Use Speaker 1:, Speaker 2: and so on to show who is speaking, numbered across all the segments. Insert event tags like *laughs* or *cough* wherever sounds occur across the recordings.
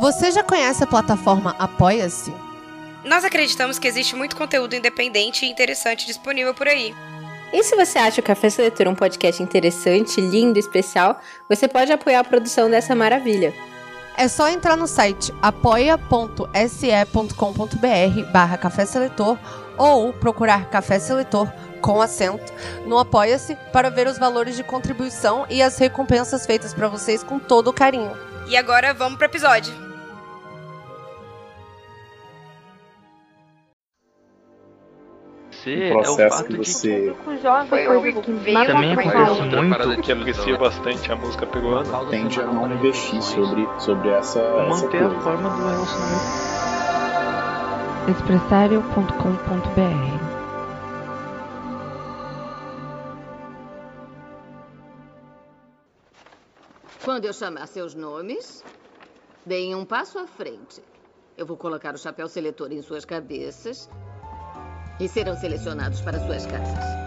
Speaker 1: Você já conhece a plataforma Apoia-se?
Speaker 2: Nós acreditamos que existe muito conteúdo independente e interessante disponível por aí.
Speaker 3: E se você acha o Café Seletor um podcast interessante, lindo, especial, você pode apoiar a produção dessa maravilha.
Speaker 1: É só entrar no site apoia.se.com.br barra Café Seletor ou procurar Café Seletor com acento no Apoia-se para ver os valores de contribuição e as recompensas feitas para vocês com todo o carinho.
Speaker 2: E agora vamos pro episódio.
Speaker 4: Você
Speaker 5: Um processo
Speaker 4: é o fato
Speaker 5: que
Speaker 4: de
Speaker 5: você-
Speaker 6: público jovem,
Speaker 7: Foi
Speaker 6: coisa
Speaker 7: algo
Speaker 6: que
Speaker 7: que veio
Speaker 6: mais
Speaker 4: Também
Speaker 7: Mas
Speaker 4: acontece
Speaker 7: não.
Speaker 4: muito né?
Speaker 8: parada que aprecia bastante a música peruana.
Speaker 5: tende a não investir sobre, sobre essa, essa
Speaker 4: manter a
Speaker 5: coisa.
Speaker 4: forma do relacionamento.
Speaker 6: Expressario.com.br
Speaker 9: Quando eu chamar seus nomes, deem um passo à frente. Eu vou colocar o chapéu seletor em suas cabeças e serão selecionados para suas casas.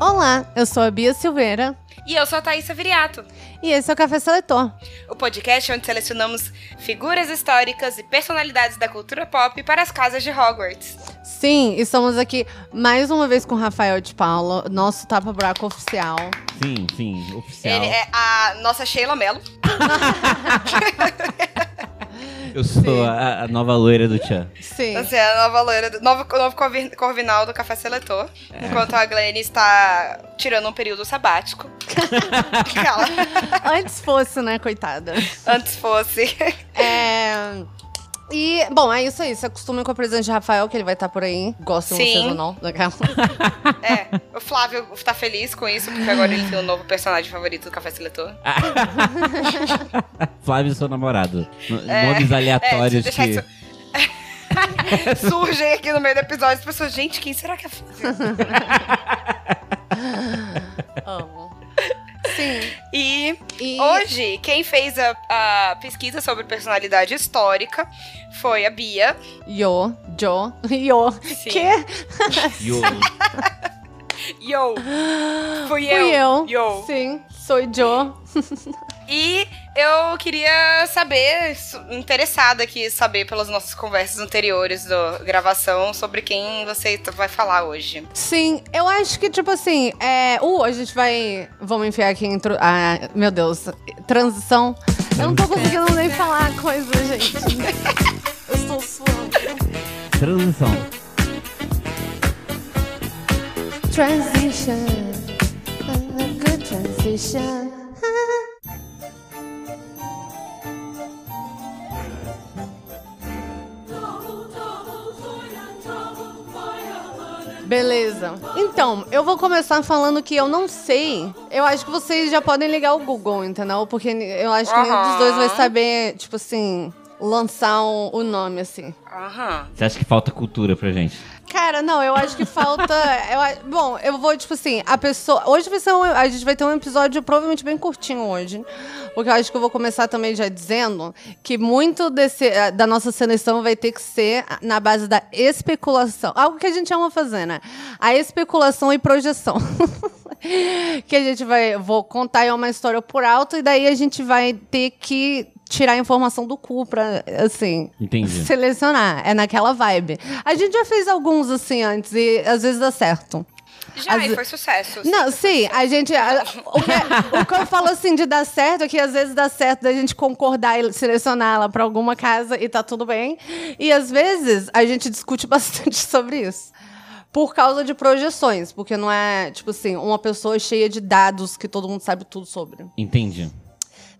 Speaker 1: Olá, eu sou a Bia Silveira
Speaker 2: E eu sou a Thaisa Viriato,
Speaker 1: e esse é o Café Seletor.
Speaker 2: o podcast onde selecionamos figuras históricas e personalidades da cultura pop para as casas de Hogwarts.
Speaker 1: Sim, estamos aqui mais uma vez com o Rafael de Paula, nosso tapa-buraco oficial.
Speaker 10: Sim, sim, oficial.
Speaker 2: Ele é a nossa Sheila Mello.
Speaker 10: Eu sou a, a nova loira do Tchan. *laughs*
Speaker 2: *laughs*
Speaker 1: Sim.
Speaker 2: Você é a nova loira, do- novo, novo corvi- corvinal do Café Seletor. Enquanto a Glenn está tirando um período sabático. *laughs* Aquela,
Speaker 1: Antes fosse, né, coitada?
Speaker 2: antes fosse.
Speaker 1: É. E, bom, é isso aí. Se acostumem com a presença de Rafael, que ele vai estar por aí. Gostam
Speaker 2: Sim.
Speaker 1: vocês ou não.
Speaker 2: *laughs*
Speaker 1: Legal.
Speaker 2: É, o Flávio tá feliz com isso, porque agora ele tem um novo personagem favorito do Café Seletor.
Speaker 10: Flávio, seu namorado. N- Nomes
Speaker 2: É, deixa eu
Speaker 10: aleatórios
Speaker 2: deixar
Speaker 10: que.
Speaker 2: isso- Surgem aqui no meio do episódio as pessoas, gente, quem será que é Flávio?
Speaker 1: Amo. Sim.
Speaker 2: E
Speaker 1: E
Speaker 2: hoje, quem fez a, a pesquisa sobre personalidade histórica foi a Bia.
Speaker 1: Yo, Jo, Yo.
Speaker 2: Sim.
Speaker 1: Que?
Speaker 10: Yo,
Speaker 2: Yo! Fui eu.
Speaker 1: Fui eu.
Speaker 2: Yo.
Speaker 1: Sim, sou Jo.
Speaker 2: E eu queria saber, su- interessada aqui, saber pelas nossas conversas anteriores da gravação sobre quem você t- vai falar hoje.
Speaker 1: Sim, eu acho que, tipo assim, é. Uh, a gente vai. Vamos enfiar aqui em. tru- Ah, meu Deus. Transição. Eu não tô conseguindo nem falar a coisa,
Speaker 2: *laughs*
Speaker 1: gente. Eu estou suando.
Speaker 10: transição.
Speaker 1: Transition. A good transition. Beleza. Então, eu vou começar falando que eu não sei. Eu acho que vocês já podem ligar o Google, entendeu? Porque eu acho que nenhum dos dois vai
Speaker 2: Aham.
Speaker 1: saber, tipo assim, lançar um- o nome, assim.
Speaker 2: Aham.
Speaker 10: Você acha que falta cultura pra gente?
Speaker 1: Cara, não, eu acho que falta. *laughs* eu a- bom, eu vou, tipo assim, a pessoa. Hoje vai ser um, a gente vai ter um episódio provavelmente bem curtinho hoje. Porque eu acho que eu vou começar também já dizendo que muito desse, eh, da nossa seleção vai ter que ser na base da especulação. Algo que a gente ama fazer, né? A especulação e projeção. *laughs* que a gente vai. Vou contar aí uma história por alto e daí a gente vai ter que tirar a informação do cu pra, assim,
Speaker 10: Entendi.
Speaker 1: selecionar. É naquela vibe. A gente já fez alguns assim antes e às vezes dá certo.
Speaker 2: Já,
Speaker 1: As-
Speaker 2: e foi sucesso.
Speaker 1: Não, sim, a gente. a- o, que, o que eu falo assim de dar certo é que às vezes dá certo da gente concordar e selecionar ela pra alguma casa e tá tudo bem. E às vezes a gente discute *laughs* bastante sobre isso. Por causa de projeções, porque não é, tipo assim, uma pessoa cheia de dados que todo mundo sabe tudo sobre.
Speaker 10: Entendi.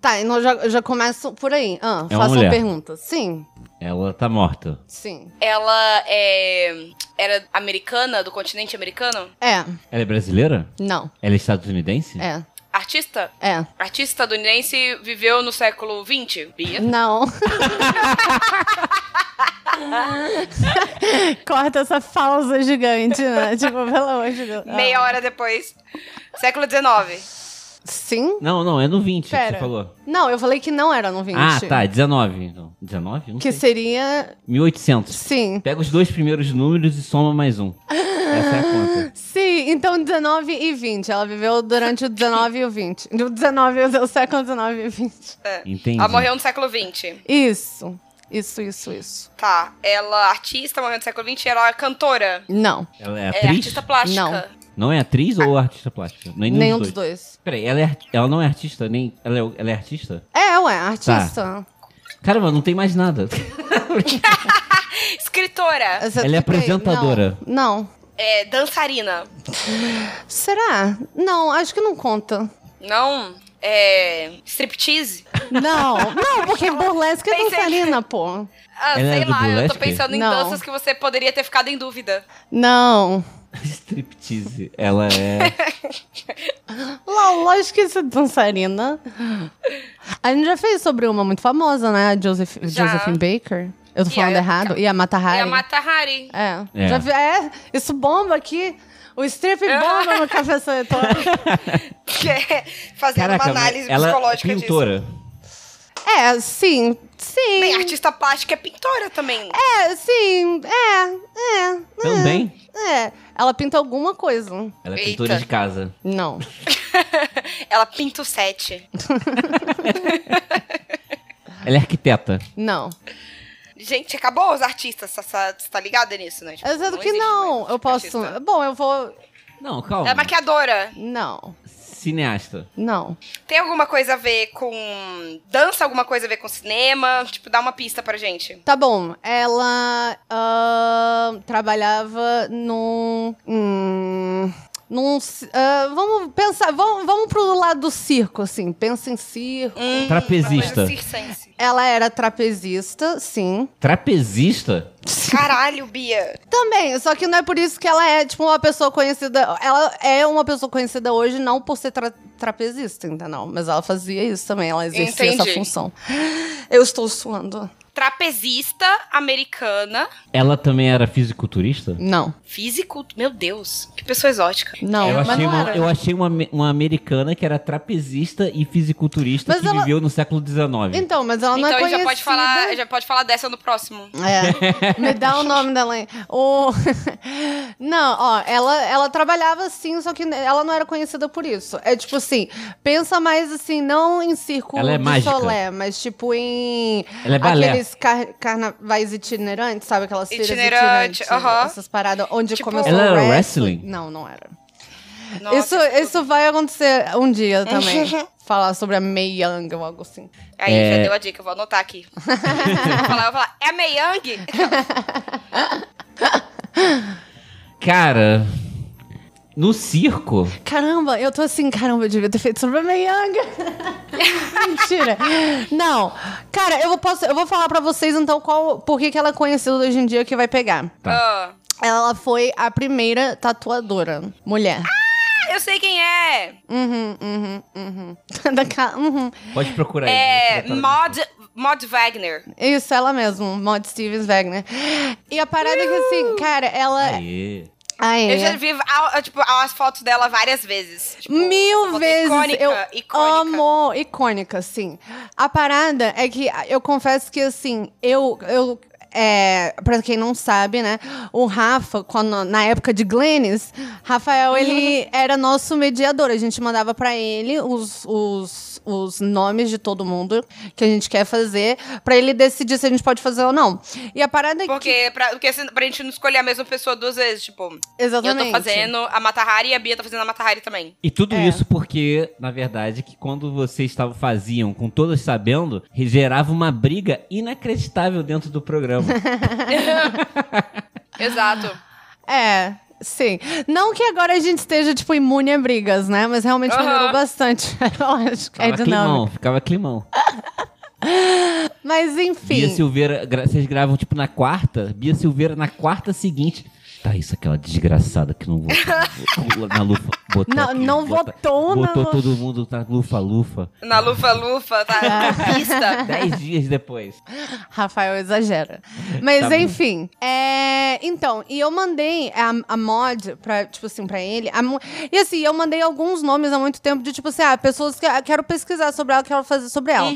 Speaker 1: Tá, então eu já, eu já começo por aí. Ah,
Speaker 10: É uma
Speaker 1: façam
Speaker 10: mulher.
Speaker 1: perguntas. Sim,
Speaker 10: Ela tá morta.
Speaker 1: sim.
Speaker 2: Ela é, era americana, do continente americano?
Speaker 1: É,
Speaker 10: Ela é brasileira?
Speaker 1: não,
Speaker 10: Ela é estadunidense?
Speaker 1: é,
Speaker 2: Artista?
Speaker 1: é.
Speaker 2: Artista estadunidense viveu no século XX, Bia.
Speaker 1: Não. Corta essa falsa gigante, né? Tipo, pelo amor de Deus.
Speaker 2: Meia hora depois, século XIX.
Speaker 1: Ah, Sim?
Speaker 10: Não, não, é no 20 que
Speaker 1: Pera.
Speaker 10: você falou.
Speaker 1: Não, eu falei que não era no 20.
Speaker 10: Ah, tá, 19. Então. 19? Não
Speaker 1: Que
Speaker 10: sei.
Speaker 1: seria.
Speaker 10: 1800.
Speaker 1: Sim.
Speaker 10: Pega os dois primeiros números e soma mais um. Essa é a conta.
Speaker 1: Sim, então 19 e 20. Ela viveu durante o 19 e o 20. Do 19, o século 19 e 20.
Speaker 10: Entendi.
Speaker 2: Ela Ah. morreu no século XX.
Speaker 1: Isso. Isso, isso, isso.
Speaker 2: Tá. Ela artista, morreu no século XX, ela é cantora.
Speaker 1: Não.
Speaker 10: Ela é
Speaker 2: É,
Speaker 10: atriz?
Speaker 2: artista plástica.
Speaker 1: Não.
Speaker 10: Não é atriz ou artista plástica? é Nem
Speaker 1: Nenhum dos dois.
Speaker 10: Peraí, ela, é, ar- ela não é artista, nem. Ela é, ela é artista?
Speaker 1: É, ué,
Speaker 10: Tá.
Speaker 1: artista.
Speaker 10: Caramba, não tem mais nada. *laughs*
Speaker 2: Escritora.
Speaker 1: Essa-
Speaker 10: Ela é
Speaker 1: peraí,
Speaker 10: apresentadora.
Speaker 1: Não. não.
Speaker 2: É, dançarina.
Speaker 1: Será? Não, acho que não conta.
Speaker 2: Não. É. Striptease?
Speaker 1: Não, não, porque burlesque é
Speaker 2: Pensei-
Speaker 1: dançarina, pô.
Speaker 2: Ah,
Speaker 10: Ela
Speaker 2: sei
Speaker 10: é do
Speaker 2: lá, eu tô
Speaker 10: burlesque?
Speaker 2: pensando em
Speaker 1: Não.
Speaker 2: danças que você poderia ter ficado em dúvida.
Speaker 1: Não.
Speaker 10: Striptease. Ela
Speaker 2: *laughs*
Speaker 10: é.
Speaker 1: Lá, lógico que você é dançarina. A gente já fez sobre uma muito famosa, né? A Joseph,
Speaker 2: Já.
Speaker 1: Josephine Baker. Eu tô
Speaker 2: E
Speaker 1: falando
Speaker 2: a-
Speaker 1: errado. E a Mata
Speaker 2: É
Speaker 1: Hari.
Speaker 2: a Mata Hari.
Speaker 1: É.
Speaker 10: É.
Speaker 1: Já vi- é, isso bomba aqui. O strip
Speaker 2: Ah.
Speaker 1: bomba no café sanitário.
Speaker 2: Que *laughs* é fazendo
Speaker 10: Caraca,
Speaker 2: uma análise
Speaker 10: ela é
Speaker 2: psicológica disso.
Speaker 10: pintora.
Speaker 1: É, sim. Sim.
Speaker 2: Bem, artista plástica é pintora também.
Speaker 1: É, sim. É, é,
Speaker 10: Também?
Speaker 1: é. Ela pinta alguma coisa.
Speaker 10: Ela é
Speaker 2: Eita.
Speaker 10: pintora de casa.
Speaker 1: Não.
Speaker 2: Ela pinta o set. Ah.
Speaker 10: Ela é arquiteta.
Speaker 1: Não.
Speaker 2: Gente, acabou os artistas, você tá ligada nisso, né? Tipo,
Speaker 1: Eu sendo que
Speaker 2: existe
Speaker 1: não.
Speaker 2: mais
Speaker 1: Eu posso.
Speaker 2: artista.
Speaker 1: Bom, eu vou.
Speaker 10: Não, calma.
Speaker 2: Ela é maquiadora.
Speaker 1: Não.
Speaker 10: Cineasta.
Speaker 1: Não.
Speaker 2: Tem alguma coisa a ver com dança, alguma coisa a ver com cinema? Tipo, dá uma pista pra gente.
Speaker 1: Tá bom. Ela ahn, trabalhava num. Hum, num ci- ah, vamos pensar. Vamos, vamos pro lado do circo, assim. Pensa em circo.
Speaker 2: Hum,
Speaker 10: Trapezista.
Speaker 2: uma coisa circense.
Speaker 1: Ela era trapezista, sim.
Speaker 10: Trapezista?
Speaker 2: Caralho, Bia.
Speaker 1: Também, só que não é por isso que ela é, tipo, uma pessoa conhecida. Ela é uma pessoa conhecida hoje, não por ser tra- trapezista, ainda não. Mas ela fazia isso também, ela exercia
Speaker 2: Entendi.
Speaker 1: essa função. Eu estou suando.
Speaker 2: Trapezista americana.
Speaker 10: Ela também era fisiculturista?
Speaker 1: Não,
Speaker 2: Físico. Meu Deus. Que pessoa exótica.
Speaker 1: não,
Speaker 10: eu,
Speaker 1: mas
Speaker 10: achei
Speaker 1: não
Speaker 10: uma,
Speaker 1: era.
Speaker 10: eu achei uma me- uma americana que era trapezista e fisiculturista
Speaker 1: Mas
Speaker 10: que
Speaker 1: ela-
Speaker 10: viveu no século XIX.
Speaker 1: Então, mas ela não
Speaker 2: então
Speaker 1: é
Speaker 2: a
Speaker 1: conhecida.
Speaker 2: gente já pode falar, já pode falar dessa no próximo.
Speaker 10: *laughs*
Speaker 1: É, me dá o nome dela aí. O... *laughs* Não, ó, ela, ela trabalhava assim, só que ela não era conhecida por isso. É tipo assim, pensa mais assim, não em circo
Speaker 10: Ela é
Speaker 1: de
Speaker 10: mágica.
Speaker 1: solé, mas tipo em
Speaker 10: Ela é balé.
Speaker 1: aqueles car- carnavais itinerantes, sabe? Aquelas feiras
Speaker 2: Itinerante,
Speaker 1: itinerantes,
Speaker 2: aham.
Speaker 1: essas paradas, onde
Speaker 2: Tipo-
Speaker 1: começou
Speaker 10: Ela
Speaker 1: o
Speaker 10: era
Speaker 1: wrestling.
Speaker 10: wrestling?
Speaker 1: Não, não era.
Speaker 2: Nossa, tipo
Speaker 1: isso, isso vai acontecer um dia
Speaker 2: *laughs*
Speaker 1: também. falar sobre a Mei Young ou algo assim.
Speaker 2: Aí
Speaker 10: É.
Speaker 2: já deu a dica, eu vou anotar aqui. *laughs* eu vou falar, eu vou falar, é a Meyang?
Speaker 10: Cara, no circo,
Speaker 1: Caramba, eu tô assim, caramba, eu devia ter feito sobre a Mae
Speaker 2: *laughs*
Speaker 1: Young. Mentira. Não. Cara, eu vou, posso, eu vou falar pra vocês então qual, por que, que ela é conhecida hoje em dia que vai pegar.
Speaker 2: Ah,
Speaker 1: Ela foi a primeira tatuadora mulher.
Speaker 2: eu sei quem é.
Speaker 1: Uhum, uhum, uhum. *laughs* Da ca- uhum.
Speaker 10: pode procurar aí.
Speaker 2: É
Speaker 10: Você vai
Speaker 2: Maud, Maud Wagner.
Speaker 1: Isso, ela mesmo, Maud Stevens Wagner. E a parada é que assim, cara,
Speaker 10: falar.
Speaker 1: ela.
Speaker 10: Aê.
Speaker 1: Ai,
Speaker 2: Eu já vi a- a- tipo, as fotos dela várias vezes. Tipo,
Speaker 1: Mil
Speaker 2: foto
Speaker 1: vezes.
Speaker 2: Icônica,
Speaker 1: eu
Speaker 2: icônica.
Speaker 1: amo. Icônica, sim. A parada é que eu confesso que, assim, eu. eu é, pra quem não sabe, né? O Rafa, quando, na época de Glennis, Rafael,
Speaker 2: Uhum.
Speaker 1: ele era nosso mediador. A gente mandava pra ele os, os, os nomes de todo mundo que a gente quer fazer, pra ele decidir se a gente pode fazer ou não. E a parada é que.
Speaker 2: Porque, pra, porque se- pra gente não escolher a mesma pessoa duas vezes, tipo, eu
Speaker 1: Exatamente.
Speaker 2: tô fazendo a Matahari e a Bia tá fazendo a Matahari
Speaker 10: *laughs*
Speaker 2: também.
Speaker 10: E tudo
Speaker 1: É.
Speaker 10: isso porque, na verdade, que quando vocês estavam faziam com todos sabendo, gerava uma briga inacreditável dentro
Speaker 1: *laughs*
Speaker 10: do programa.
Speaker 2: Exato.
Speaker 1: É, sim. Não que agora a gente esteja, tipo, imune a brigas, né? Mas realmente
Speaker 2: Aham.
Speaker 1: melhorou bastante. *laughs* Lógico, é
Speaker 10: Ficava
Speaker 1: dinâmico.
Speaker 10: climão, ficava climão.
Speaker 1: Mas
Speaker 10: Bia
Speaker 1: enfim.
Speaker 10: Silveira, gra- vocês gravam tipo na quarta, Bia Silveira na quarta seguinte botar isso, aquela desgraçada que não botou na lufa. Botou
Speaker 4: Não-
Speaker 10: aqui,
Speaker 4: não
Speaker 10: bota-
Speaker 4: botou na
Speaker 10: Botou
Speaker 4: lufa.
Speaker 10: todo mundo na lufa-lufa.
Speaker 2: Na lufa-lufa, tá? Pista.
Speaker 4: *laughs*
Speaker 10: Dez dias depois.
Speaker 1: Rafael exagera. Mas
Speaker 10: Tá bom.
Speaker 1: enfim. é, Então, e eu mandei a, a mod pra, tipo assim, pra ele. a mo- e assim, eu mandei alguns nomes há muito tempo de, tipo assim, ah, pessoas que eu quero pesquisar sobre ela, quero fazer sobre ela.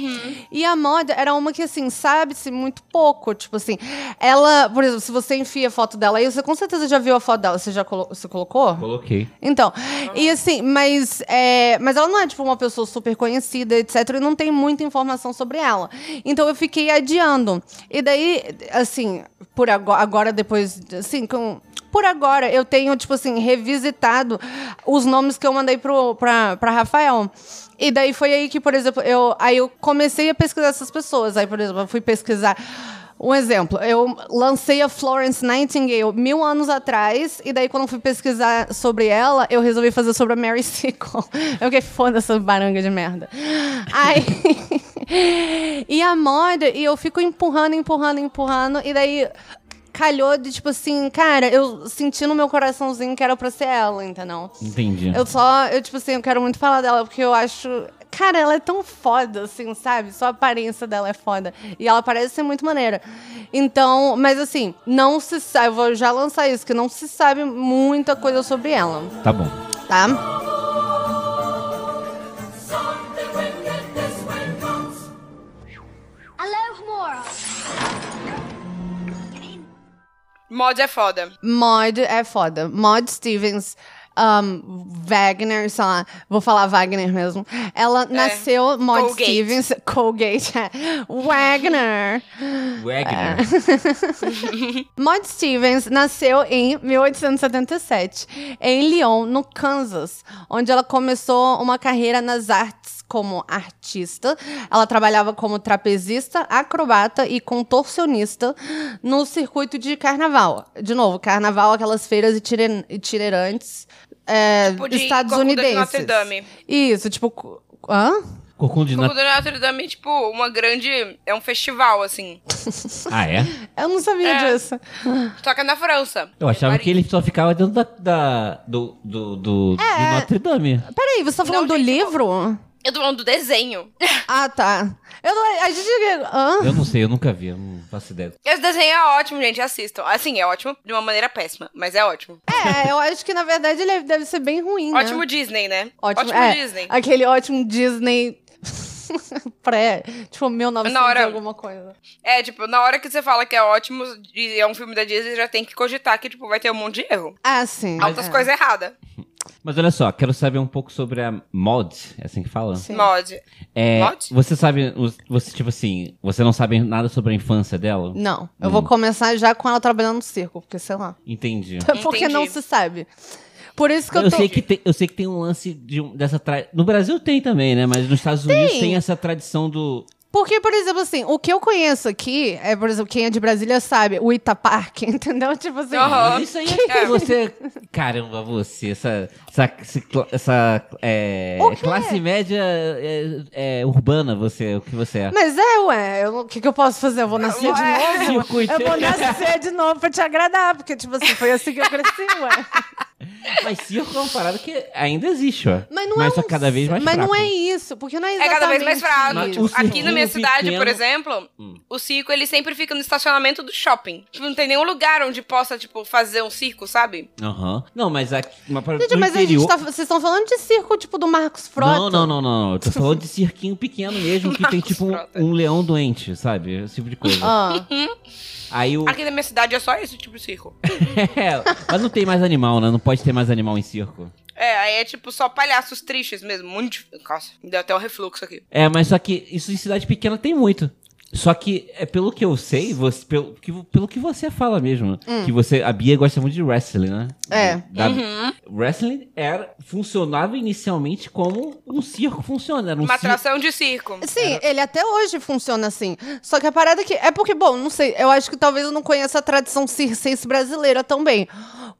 Speaker 1: E a mod era uma que, assim, sabe-se muito pouco. Tipo assim, ela, por exemplo, se você enfia a foto dela aí, você com certeza já viu a foto dela. Você já colo você colocou?
Speaker 10: Coloquei.
Speaker 1: Então, e assim, mas, é, mas ela não é, tipo, uma pessoa super conhecida, etc. E não tem muita informação sobre ela. Então eu fiquei adiando. E daí, assim, por agora, agora depois, assim, com. Por agora, eu tenho, tipo assim, revisitado os nomes que eu mandei pro, pra, pra Rafael. E daí foi aí que, por exemplo, eu, aí eu comecei a pesquisar essas pessoas. Aí, por exemplo, eu fui pesquisar um exemplo, eu lancei a Florence Nightingale mil anos atrás, e daí quando eu fui pesquisar sobre ela, eu resolvi fazer sobre a Mary *laughs* Seacole. Eu fiquei foda essa baranga de merda. *laughs* Aí. e a moda, e eu fico empurrando, empurrando, empurrando, e daí calhou de tipo assim, cara, eu senti no meu coraçãozinho que era pra ser ela, entendeu?
Speaker 10: Entendi.
Speaker 1: Eu só, eu tipo assim, eu quero muito falar dela porque eu acho. Cara, ela é tão foda, assim, sabe? Só a aparência dela é foda. E ela parece ser muito maneira. Então, mas assim, não se sabe. Eu vou já lançar isso, que não se sabe muita coisa sobre ela,
Speaker 10: Tá bom.
Speaker 1: tá?
Speaker 2: Mod é foda.
Speaker 1: Mod é foda. Mod Stevens. um, Wagner, sei lá, vou falar Wagner mesmo. Ela nasceu, Mod
Speaker 2: Colgate.
Speaker 1: Stevens, Colgate, é. Wagner.
Speaker 10: Wagner.
Speaker 4: É.
Speaker 1: Maud Stevens nasceu em 1877, em Lyon, no Kansas, onde ela começou uma carreira nas artes como artista. Ela trabalhava como trapezista, acrobata e contorcionista no circuito de carnaval. De novo, carnaval, aquelas feiras itine- itinerantes é,
Speaker 2: Tipo de
Speaker 1: estadunidenses.
Speaker 2: Corcunda de Notre Dame.
Speaker 1: Isso, tipo... cu- Hã?
Speaker 10: Corcunda de
Speaker 2: Coco
Speaker 10: Natal.
Speaker 2: do Notre Dame é tipo uma grande. É um festival, assim.
Speaker 10: Ah, é?
Speaker 1: Eu não sabia
Speaker 2: É.
Speaker 1: disso.
Speaker 2: Toca na França.
Speaker 10: Eu achava
Speaker 2: Paris.
Speaker 10: que ele só ficava dentro da. da- do. do. do de
Speaker 4: É.
Speaker 10: Notre Dame.
Speaker 1: Peraí, você tá
Speaker 2: Não,
Speaker 1: falando do
Speaker 2: gente, eu-
Speaker 1: livro?
Speaker 2: Eu tô falando do desenho.
Speaker 1: Ah, tá. Eu não... A gente... Hã?
Speaker 10: Eu não sei, eu nunca vi, eu não faço ideia.
Speaker 2: Esse desenho é ótimo, gente. Assistam. Assim, é ótimo de uma maneira péssima, mas é ótimo.
Speaker 1: É, eu acho que na verdade ele deve ser bem ruim, né?
Speaker 2: Ótimo Disney, né?
Speaker 1: é,
Speaker 2: Disney.
Speaker 1: Aquele ótimo Disney *laughs* pré, tipo 1900
Speaker 2: Na hora-
Speaker 1: e alguma coisa.
Speaker 2: É, tipo, na hora que você fala que é ótimo e é um filme da Disney, já tem que cogitar que, tipo, vai ter um monte de erro.
Speaker 1: Ah, sim.
Speaker 2: Altas
Speaker 1: É.
Speaker 2: coisas erradas.
Speaker 10: Mas olha só, quero saber um pouco sobre a mod, é assim que fala?
Speaker 1: Sim.
Speaker 2: Mod.
Speaker 10: É,
Speaker 2: Mod?
Speaker 10: Você sabe, você tipo assim, você não sabe nada sobre a infância dela?
Speaker 1: Não, eu vou começar já com ela trabalhando no circo, porque sei lá. *laughs*
Speaker 10: Entendi.
Speaker 1: Porque não se sabe. Por isso que eu,
Speaker 10: Eu
Speaker 1: tô
Speaker 10: sei que, tem, eu sei que tem um lance de um- dessa tra... No Brasil tem também, né? Mas nos Estados Unidos tem essa tradição do.
Speaker 1: Porque, por exemplo, assim, o que eu conheço aqui, é, por exemplo, quem é de Brasília sabe, o Ita Park, *laughs* entendeu? Tipo assim,
Speaker 2: Aham.
Speaker 10: Mas Isso aí é
Speaker 2: É.
Speaker 10: você. Caramba, você, essa. Essa. esse cla- essa, é,
Speaker 1: O quê?
Speaker 10: classe média é, é, urbana, você, o que você é.
Speaker 1: Mas é, ué, eu não- o que, que eu posso fazer? Eu vou nascer de novo?
Speaker 10: Circuito.
Speaker 1: Eu vou nascer de novo pra te agradar, porque, tipo assim, foi assim que eu cresci, ué.
Speaker 10: Mas circo é uma parada que ainda existe, ó.
Speaker 1: *laughs* Mas não é
Speaker 10: Mas só
Speaker 1: um
Speaker 10: cada vez mais
Speaker 1: Mas
Speaker 10: fraco.
Speaker 1: não é isso, porque não é
Speaker 2: É
Speaker 1: exatamente
Speaker 2: cada vez mais fraco.
Speaker 10: Mas
Speaker 2: Tipo,
Speaker 10: o
Speaker 2: aqui na minha
Speaker 10: cirquinho
Speaker 2: cidade, por
Speaker 10: pequeno- hum.
Speaker 2: exemplo, o circo, ele sempre fica no estacionamento do shopping. Tipo, não tem nenhum lugar onde possa, tipo, fazer um circo, sabe?
Speaker 10: Aham. Não, mas aqui. Uma parada
Speaker 1: Gente,
Speaker 10: no
Speaker 1: mas a
Speaker 10: interior...
Speaker 1: gente tá, vocês estão falando de circo, tipo, do Marcos Frota.
Speaker 10: Não, não, não, não. Eu tô falando de cirquinho pequeno mesmo, que tem
Speaker 2: Marcos
Speaker 10: tipo um,
Speaker 2: Frota.
Speaker 10: um leão doente, sabe? Esse tipo de coisa.
Speaker 1: Ah,
Speaker 10: Aí
Speaker 2: *laughs*
Speaker 10: o. *laughs*
Speaker 2: Aqui na minha cidade é só esse tipo de circo.
Speaker 10: É, mas não tem mais animal, né? Não pode ter mais animal em circo.
Speaker 2: É, aí é tipo só palhaços tristes mesmo. Muito. dif- Nossa, me deu até um refluxo aqui.
Speaker 10: É, mas só que isso em cidade pequena tem muito. Só que, é, pelo que eu sei, você- pelo, que, pelo que você fala mesmo,
Speaker 2: Hum.
Speaker 10: que você. A Bia gosta muito de wrestling, né?
Speaker 1: É.
Speaker 10: Da-
Speaker 2: Uhum.
Speaker 10: Wrestling era, funcionava inicialmente como um circo funciona. Era um
Speaker 2: Uma
Speaker 10: circo.
Speaker 2: atração de circo.
Speaker 1: sim, ele até hoje funciona assim. Só que a parada que. É porque, bom, não sei, eu acho que talvez eu não conheça a tradição circense brasileira tão bem.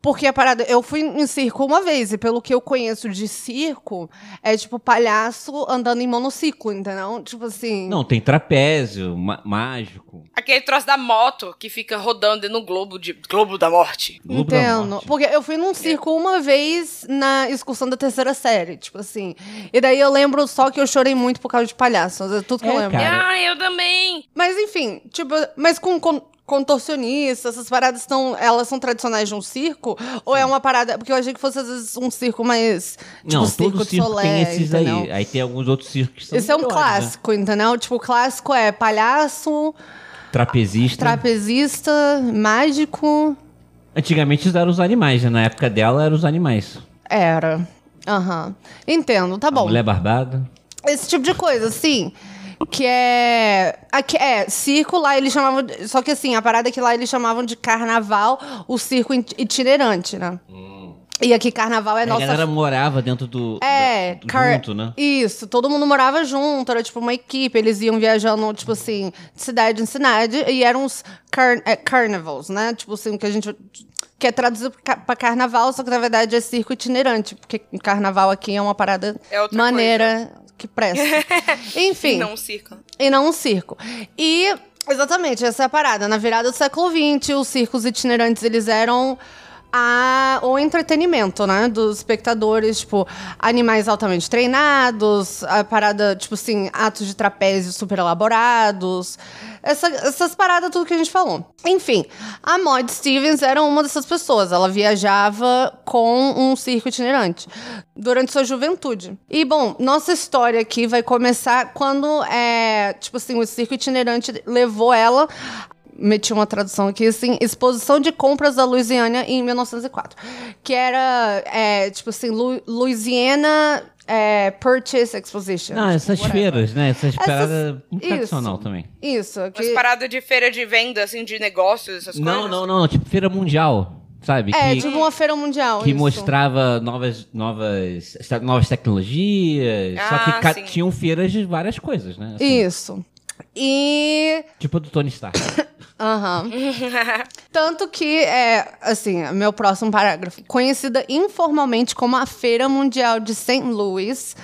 Speaker 1: Porque a parada. Eu fui em circo uma vez, e pelo que eu conheço de circo, é tipo palhaço andando em monociclo, entendeu? Tipo assim.
Speaker 10: Não, tem trapézio, ma- mágico.
Speaker 2: Aquele troço da moto que fica rodando no globo de globo da morte.
Speaker 10: Globo da
Speaker 1: Entendo.
Speaker 10: Morte.
Speaker 1: Então, Porque eu fui
Speaker 10: É.
Speaker 1: num circo uma vez na excursão da terceira série, tipo assim. E daí eu lembro só que eu chorei muito por causa de palhaços. É tudo que
Speaker 10: É,
Speaker 1: eu lembro.
Speaker 10: cara.
Speaker 2: Ah, eu também.
Speaker 1: Mas enfim, tipo, mas com, con- contorcionista, essas paradas estão. Elas são tradicionais de um circo? Ou é uma parada. Porque eu achei que fosse às vezes um circo mais. Tipo,
Speaker 10: não,
Speaker 1: circo
Speaker 10: todo
Speaker 1: de
Speaker 10: circo tem
Speaker 1: Soleil,
Speaker 10: esses
Speaker 1: entendeu?
Speaker 10: aí. Aí tem alguns outros circos que são
Speaker 1: Esse é um
Speaker 10: melhores, né?
Speaker 1: clássico, entendeu? Tipo, o clássico é palhaço,
Speaker 10: Trapezista.
Speaker 1: trapezista, mágico.
Speaker 10: Antigamente isso eram os animais, né? Na época dela eram os animais.
Speaker 1: Era. Aham. Entendo, tá
Speaker 10: A
Speaker 1: bom.
Speaker 10: mulher barbada.
Speaker 1: Esse tipo de coisa, assim. Que é. Aqui, é, circo lá eles chamavam. de- Só que assim, a parada é que lá eles chamavam de carnaval o circo it- itinerante, né? E aqui carnaval é
Speaker 10: Aí
Speaker 1: nossa.
Speaker 10: A galera morava dentro do.
Speaker 1: É,
Speaker 10: do,
Speaker 1: car-
Speaker 10: junto, né?
Speaker 1: Isso, todo mundo morava junto, era tipo uma equipe, eles iam viajando, tipo assim, de cidade em cidade, e eram uns car é, carnivals, né? Tipo assim, que a gente quer traduzir pra ca- pra carnaval, só que na verdade é circo itinerante, porque carnaval aqui é uma parada
Speaker 2: É outra
Speaker 1: maneira que
Speaker 2: *laughs*
Speaker 1: presta. Enfim.
Speaker 2: E não um circo.
Speaker 1: E não um circo. E, exatamente, essa é a parada. Na virada do século XX, os circos itinerantes, eles eram a, o entretenimento, né? Dos espectadores, tipo, animais altamente treinados, a parada, tipo assim, atos de trapézio super elaborados. Essa- essas paradas, tudo que a gente falou. Enfim, a Maud Stevens era uma dessas pessoas. Ela viajava com um circo itinerante durante sua juventude. E, bom, nossa história aqui vai começar quando, é, tipo assim, o circo itinerante levou ela. Meti uma tradução aqui, assim, Exposição de Compras da Louisiana em 1904. Que era, é, tipo assim, Lu- Louisiana é, Purchase Exposition. Tipo,
Speaker 10: Não, essas
Speaker 1: whatever.
Speaker 10: feiras, né? Essas
Speaker 1: Essas-
Speaker 10: paradas muito
Speaker 1: isso.
Speaker 10: tradicional também.
Speaker 1: Isso.
Speaker 2: Umas
Speaker 1: que-
Speaker 2: paradas de feira de venda, assim, de negócios, essas
Speaker 10: Não,
Speaker 2: coisas.
Speaker 10: não, não. Tipo feira mundial, sabe?
Speaker 1: É,
Speaker 10: que
Speaker 1: tipo uma feira mundial.
Speaker 10: que
Speaker 1: isso.
Speaker 10: mostrava novas, novas, esta- novas tecnologias. só que
Speaker 2: Ah,
Speaker 10: ca-
Speaker 2: sim.
Speaker 10: tinham feiras de várias coisas, né? Assim,
Speaker 1: Isso. E.
Speaker 10: Tipo do Tony Stark.
Speaker 1: Aham. Tanto que, é, assim, meu próximo parágrafo. Conhecida informalmente como a Feira Mundial de St. Louis,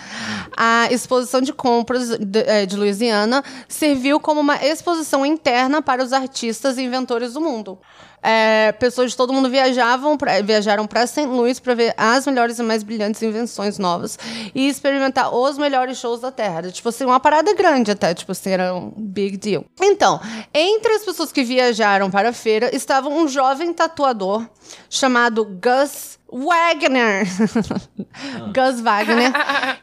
Speaker 1: a exposição de compras de, eh, de Louisiana serviu como uma exposição interna para os artistas e inventores do mundo. É, pessoas de todo mundo viajavam pra, viajaram para St. Louis para ver as melhores e mais brilhantes invenções novas e experimentar os melhores shows da Terra. Era, tipo assim, uma parada grande até, tipo assim, era um big deal. Então, entre as pessoas que viajaram para a feira estava um jovem tatuador chamado Gus Wagner. *laughs* Gus Wagner,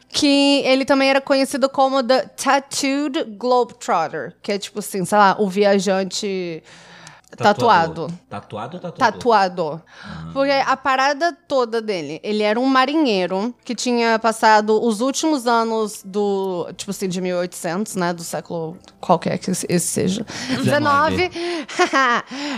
Speaker 1: que ele também era conhecido como The Tattooed Globetrotter, que é tipo assim, sei lá, o viajante *coughs* tatuado.
Speaker 10: Tatuado ou tatuador?
Speaker 1: Tatuador. Porque a parada toda dele, ele era um marinheiro que tinha passado os últimos anos do, tipo assim, de 1800, né, do século qualquer que esse seja, 19. *laughs*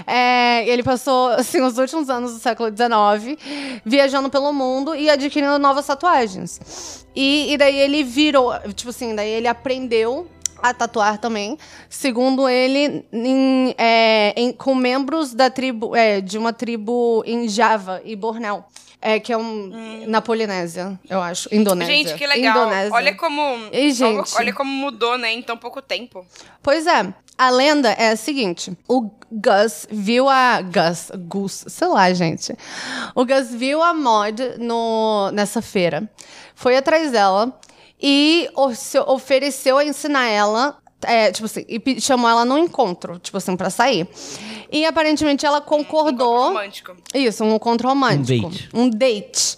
Speaker 1: É, ele passou, assim, os últimos anos do século 19 viajando pelo mundo e adquirindo novas tatuagens. E, e daí ele virou, tipo assim, daí ele aprendeu a tatuar também, segundo ele, em- é, em- com membros da tribo, é, de uma tribo em Java e Bornéu, é, que é um, na Polinésia, eu acho, Indonésia.
Speaker 2: Hum. Gente, que legal.
Speaker 1: Indonésia.
Speaker 2: Olha como.
Speaker 1: Ei, gente.
Speaker 2: Olha como mudou, né, em tão pouco tempo.
Speaker 1: Pois é, a lenda é a seguinte: o Gus viu a. Gus, Gus, sei lá, gente. O Gus viu a Mod no, nessa feira, foi atrás dela e ofe- ofereceu a ensinar ela. É, tipo assim, e pe- chamou ela num encontro, tipo assim, pra sair. E aparentemente ela concordou.
Speaker 2: Romântico.
Speaker 1: Isso, um encontro romântico.
Speaker 10: Um date.
Speaker 1: Um date.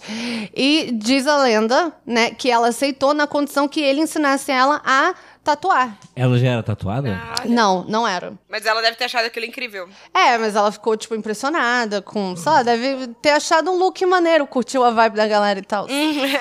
Speaker 1: E diz a lenda, né, que ela aceitou na condição que ele ensinasse ela a tatuar.
Speaker 10: Ela já era tatuada?
Speaker 1: Não, não era.
Speaker 2: Mas ela deve ter achado aquilo incrível.
Speaker 1: É, mas ela ficou, tipo, impressionada com. Sei lá, deve ter achado um look maneiro, curtiu a vibe da galera e tal.
Speaker 2: Uhum.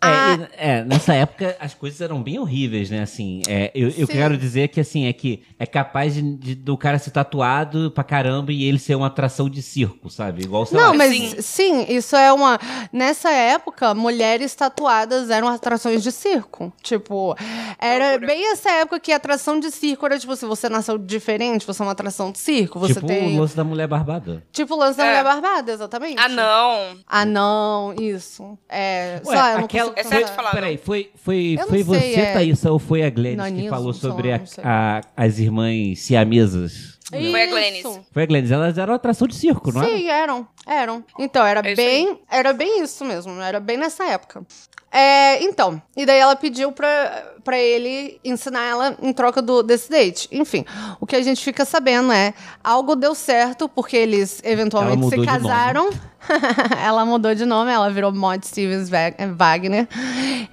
Speaker 1: Ah.
Speaker 10: É, e- é, nessa época as coisas eram bem horríveis, né? Assim, é, eu, eu
Speaker 1: Sim.
Speaker 10: quero dizer que assim, é que é capaz de, de- do cara ser tatuado pra caramba e ele ser uma atração de circo, sabe? Igual sei
Speaker 1: Não,
Speaker 10: lá,
Speaker 1: mas sim.
Speaker 2: Sim.
Speaker 1: isso é uma. Nessa época, mulheres tatuadas eram atrações de circo. Tipo, era
Speaker 2: Loucura.
Speaker 1: bem essa época que a atração de circo era tipo, se você nasceu diferente, você é uma atração de circo. Você
Speaker 10: tipo
Speaker 1: tem.
Speaker 10: o lance da mulher barbada.
Speaker 1: Tipo o lance da
Speaker 2: É.
Speaker 1: mulher barbada, exatamente.
Speaker 2: Ah, não.
Speaker 1: Ah, não, isso. É.
Speaker 10: Ué,
Speaker 1: só, eu não
Speaker 10: aquela-
Speaker 1: consigo pra
Speaker 2: Essa é eu te
Speaker 1: contar.
Speaker 2: falar.
Speaker 10: Peraí, foi, foi,
Speaker 1: Eu não
Speaker 10: foi
Speaker 1: sei,
Speaker 10: você,
Speaker 1: é-
Speaker 10: Thaís, ou foi a Glennis
Speaker 1: Nanismo,
Speaker 10: que falou
Speaker 1: sei lá,
Speaker 10: sobre a-
Speaker 1: não sei.
Speaker 10: a- as irmãs siamesas?
Speaker 2: Foi a Glennis.
Speaker 1: Isso.
Speaker 10: Foi a Glennis, elas eram atração de circo, não é?
Speaker 1: Sim, eram, eram. Então, era
Speaker 2: É isso
Speaker 1: bem. Era bem isso mesmo, era bem nessa época. É, então, e daí ela pediu pra, pra ele ensinar ela em troca do, desse date. Enfim, o que a gente fica sabendo é algo deu certo, porque eles eventualmente
Speaker 10: mudou
Speaker 1: se
Speaker 10: de nome.
Speaker 1: casaram. *laughs* ela mudou de nome, ela virou Maud Stevens Wa- Wagner.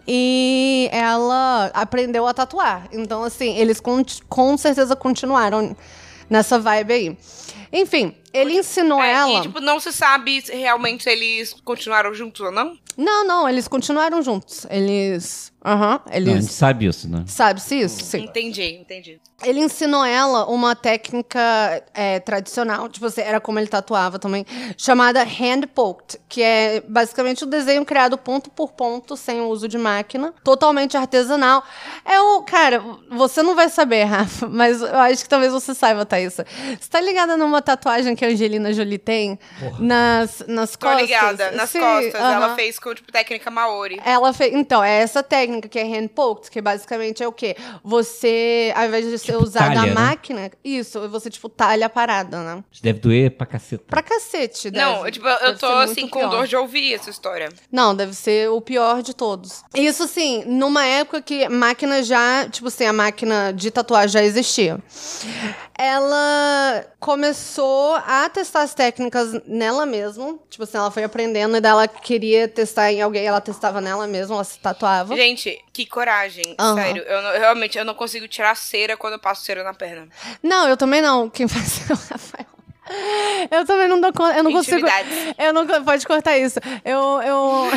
Speaker 1: E ela aprendeu a tatuar. Então, assim, eles con- com certeza continuaram nessa vibe aí. Enfim, ele ensinou
Speaker 2: É,
Speaker 1: ela.
Speaker 2: E, tipo, não se sabe se realmente se eles continuaram juntos ou não.
Speaker 1: Não, não, eles continuaram juntos. Eles. Aham,
Speaker 10: Não, a gente
Speaker 1: eles.
Speaker 10: sabe isso, né?
Speaker 1: Sabe-se isso? Sim.
Speaker 2: Entendi, entendi.
Speaker 1: Ele ensinou ela uma técnica é, tradicional, tipo assim, era como ele tatuava também, chamada hand poked, que é basicamente o desenho criado ponto por ponto, sem o uso de máquina, totalmente artesanal. É o. Cara, você não vai saber, *laughs* Rafa, mas eu acho que talvez você saiba, Thaísa. Você tá ligada numa tatuagem que a Angelina Jolie tem? Nas, nas
Speaker 2: Tô
Speaker 1: costas?
Speaker 2: ligada, nas
Speaker 1: Sim,
Speaker 2: costas. Ela
Speaker 1: aham.
Speaker 2: fez com, tipo, técnica Maori.
Speaker 1: Ela fez. Então, é essa técnica que é hand poked, que basicamente é o quê? Você, ao invés de você
Speaker 10: Tipo,
Speaker 1: usar
Speaker 10: talha,
Speaker 1: na
Speaker 10: né?
Speaker 1: máquina, isso, você, tipo, talha a parada, né?
Speaker 10: Isso deve doer pra caceta.
Speaker 1: Pra cacete, deve.
Speaker 2: Não, eu, tipo, eu
Speaker 1: Deve
Speaker 2: tô
Speaker 1: ser muito
Speaker 2: assim com
Speaker 1: pior.
Speaker 2: dor de ouvir essa história.
Speaker 1: Não, deve ser o pior de todos. Isso, assim, numa época que máquina já. Tipo assim, a máquina de tatuar já existia. Ela começou a testar as técnicas nela mesma. Tipo assim, ela foi aprendendo e daí ela queria testar em alguém, ela testava nela mesma, ela se tatuava.
Speaker 2: Gente, que coragem.
Speaker 1: Aham.
Speaker 2: Sério, eu não- realmente eu não consigo tirar cera quando eu passo cera na perna.
Speaker 1: Não, eu também não. Quem *laughs* faz é o Rafael. Eu também não dou conta. Eu não consigo.
Speaker 2: Intimidades.
Speaker 1: Eu não, co- pode cortar isso. Eu, *laughs* eu,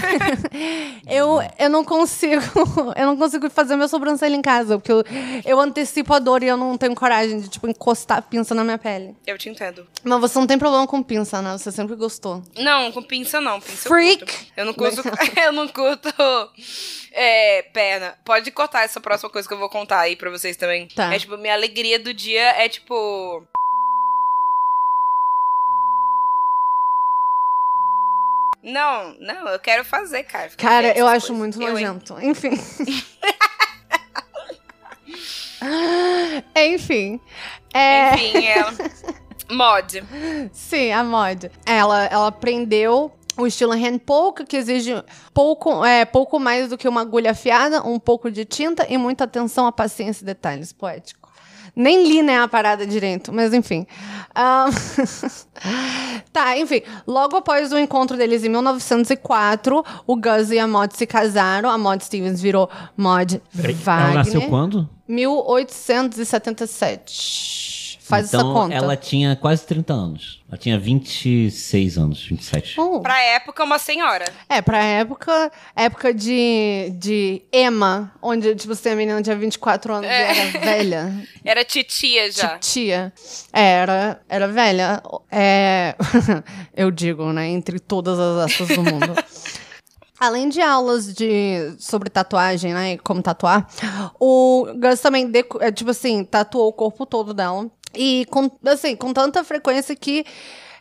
Speaker 1: eu, eu não consigo. *laughs* Eu não consigo fazer meu sobrancelho em casa, porque eu, eu antecipo a dor e eu não tenho coragem de tipo encostar a pinça na minha pele.
Speaker 2: Eu te entendo.
Speaker 1: Mas você não tem problema com pinça, né? Você sempre gostou.
Speaker 2: Não, com pinça não. Pinça eu
Speaker 1: Freak.
Speaker 2: curto. Eu não curto. *laughs* eu não curto. é, perna. Pode cortar essa próxima coisa que eu vou contar aí pra vocês também.
Speaker 1: Tá.
Speaker 2: É tipo, minha alegria do dia é tipo. Não, não, eu quero fazer, cara. Fica
Speaker 1: Cara,
Speaker 2: quieto
Speaker 1: eu
Speaker 2: essas
Speaker 1: acho
Speaker 2: coisas.
Speaker 1: muito
Speaker 2: Eu, hein?
Speaker 1: nojento. *laughs* Enfim. Enfim. É...
Speaker 2: Enfim, é.
Speaker 1: *laughs*
Speaker 2: Mod.
Speaker 1: Sim, a mod. Ela, ela aprendeu o estilo hand poke, que exige pouco, é, pouco mais do que uma agulha afiada, um pouco de tinta e muita atenção à paciência e detalhes. Poético. Nem li, né, a parada direito, mas enfim. Ah, *laughs* tá, enfim. Logo após o encontro deles em 1904, o Gus e a Maud se casaram. A Maud Stevens virou Maud
Speaker 10: Peraí,
Speaker 1: Wagner.
Speaker 10: Ela nasceu quando?
Speaker 1: 1877. Faz
Speaker 10: então,
Speaker 1: essa conta.
Speaker 10: Ela tinha quase 30 anos. Ela tinha 26 anos, 27.
Speaker 1: Oh.
Speaker 2: Pra época, uma senhora.
Speaker 1: É, pra época, época de, de Emma, onde, tipo, você tem a menina tinha 24 anos
Speaker 2: É.
Speaker 1: e era velha.
Speaker 2: Era titia já.
Speaker 1: Tia. É, era, era velha. É, *laughs* eu digo, né? Entre todas as aspas do mundo. Além de aulas de sobre tatuagem, né, e como tatuar, o Gus também, deco- é, tipo assim, tatuou o corpo todo dela. E, com, assim, com tanta frequência que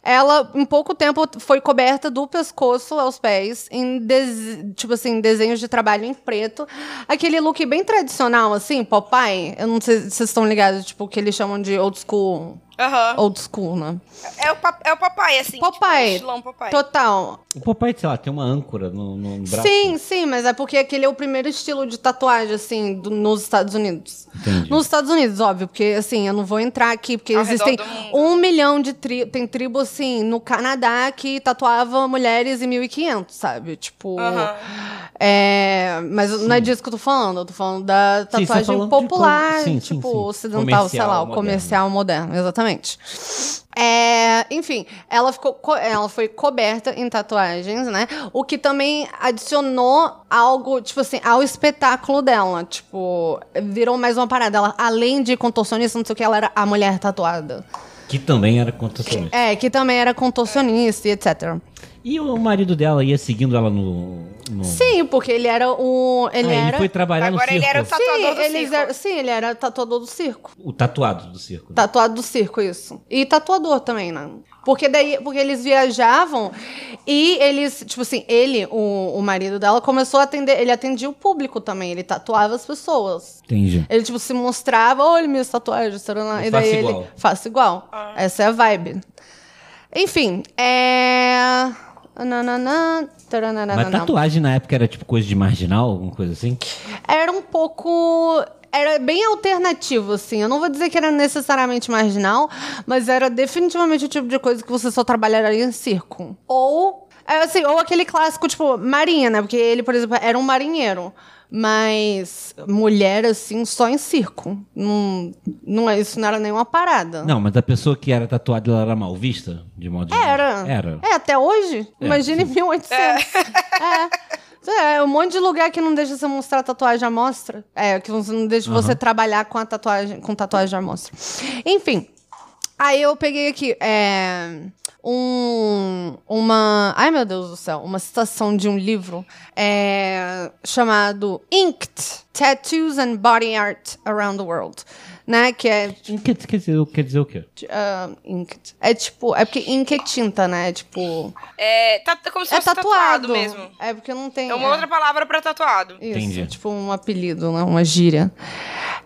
Speaker 1: ela, em pouco tempo, foi coberta do pescoço aos pés, em, des- tipo assim, desenhos de trabalho em preto. Aquele look bem tradicional, assim, Popeye. Eu não sei se vocês estão ligados, tipo, o que eles chamam de old school.
Speaker 2: Aham.
Speaker 1: Old school, né?
Speaker 2: É, o pap- é o papai, assim.
Speaker 1: Papai.
Speaker 2: Tipo, estilão papai.
Speaker 1: Total.
Speaker 10: O papai, sei lá, tem uma âncora no, no braço.
Speaker 1: Sim, sim, mas é porque aquele é o primeiro estilo de tatuagem, assim, do- nos Estados Unidos.
Speaker 10: Entendi.
Speaker 1: Nos Estados Unidos, óbvio, porque, assim, eu não vou entrar aqui, porque
Speaker 2: Ao
Speaker 1: existem
Speaker 2: redor do mundo.
Speaker 1: um milhão de tribos. Tem tribo, assim, no Canadá que tatuava mulheres em 1500, sabe? Tipo.
Speaker 2: Aham.
Speaker 1: é, mas não é disso que eu tô falando, eu tô falando da
Speaker 10: Sim, você tá
Speaker 1: tatuagem
Speaker 10: falando de
Speaker 1: popular,
Speaker 10: como- sim, sim,
Speaker 1: tipo,
Speaker 10: sim.
Speaker 1: ocidental, sei lá,
Speaker 10: Comercial,
Speaker 1: o
Speaker 10: moderno.
Speaker 1: comercial moderno, exatamente. É, enfim, ela, ficou co- ela foi coberta em tatuagens, né? O que também adicionou algo, tipo assim, ao espetáculo dela. Tipo, virou mais uma parada. Ela, além de contorcionista, não sei o que, ela era a mulher tatuada.
Speaker 10: Que também era contacionista.
Speaker 1: É, que também era contorcionista e etc.
Speaker 10: E o marido dela ia seguindo ela no. no...
Speaker 1: Sim, porque ele era o. Ele
Speaker 10: Ah,
Speaker 1: era.
Speaker 10: ele foi trabalhar
Speaker 2: Agora
Speaker 10: no
Speaker 2: ele
Speaker 10: circo.
Speaker 2: era o tatu-
Speaker 1: Sim,
Speaker 2: tatuador do
Speaker 1: eles
Speaker 2: circo.
Speaker 1: eram- sim, ele era tatuador do circo.
Speaker 10: O tatuado do circo.
Speaker 1: Tatuado do circo, isso. E tatuador também, né? Porque daí, porque eles viajavam e eles, tipo assim, ele, o, o marido dela, começou a atender, ele atendia o público também, ele tatuava as pessoas.
Speaker 10: Entendi.
Speaker 1: Ele, tipo, se mostrava, olha minhas tatuagens, tarana,
Speaker 10: Eu
Speaker 1: e daí
Speaker 10: faço
Speaker 1: ele
Speaker 10: igual.
Speaker 1: faço igual.
Speaker 2: Ah.
Speaker 1: Essa é a vibe. Enfim, é... Nananã, taranana,
Speaker 10: Mas tatuagem na época era tipo coisa de marginal, alguma coisa assim?
Speaker 1: era um pouco. Era bem alternativo, assim. Eu não vou dizer que era necessariamente marginal, mas era definitivamente o tipo de coisa que você só trabalharia em circo. Ou. é, assim, ou aquele clássico, tipo, marinha, né? Porque ele, por exemplo, era um marinheiro. Mas mulher, assim, só em circo. Não, não é, isso não era nenhuma parada.
Speaker 10: Não, mas a pessoa que era tatuada ela era mal vista, de modo geral.
Speaker 1: Era.
Speaker 10: Era.
Speaker 1: É, até hoje.
Speaker 10: É,
Speaker 1: Imagina em
Speaker 10: sim.
Speaker 1: 1800. É. É. um monte de lugar que não deixa você mostrar tatuagem à mostra. É, que você não deixa você trabalhar com a tatuagem, com tatuagem à mostra. Enfim. Aí eu peguei aqui é, um, uma. Ai, meu Deus do céu! Uma citação de um livro é, chamado Inked: Tattoos and Body Art Around the World. Né? Que é
Speaker 10: Quer, quer dizer, quer dizer o quê?
Speaker 1: Ti- ah, inked. É tipo, é porque ink é tinta, né? É tipo.
Speaker 2: É, tá, tá como se
Speaker 1: é
Speaker 2: fosse
Speaker 1: tatuado.
Speaker 2: tatuado. mesmo.
Speaker 1: É porque não tem.
Speaker 2: É uma outra palavra pra tatuado.
Speaker 1: Isso,
Speaker 10: Entendi.
Speaker 1: tipo um apelido, né? Uma gíria.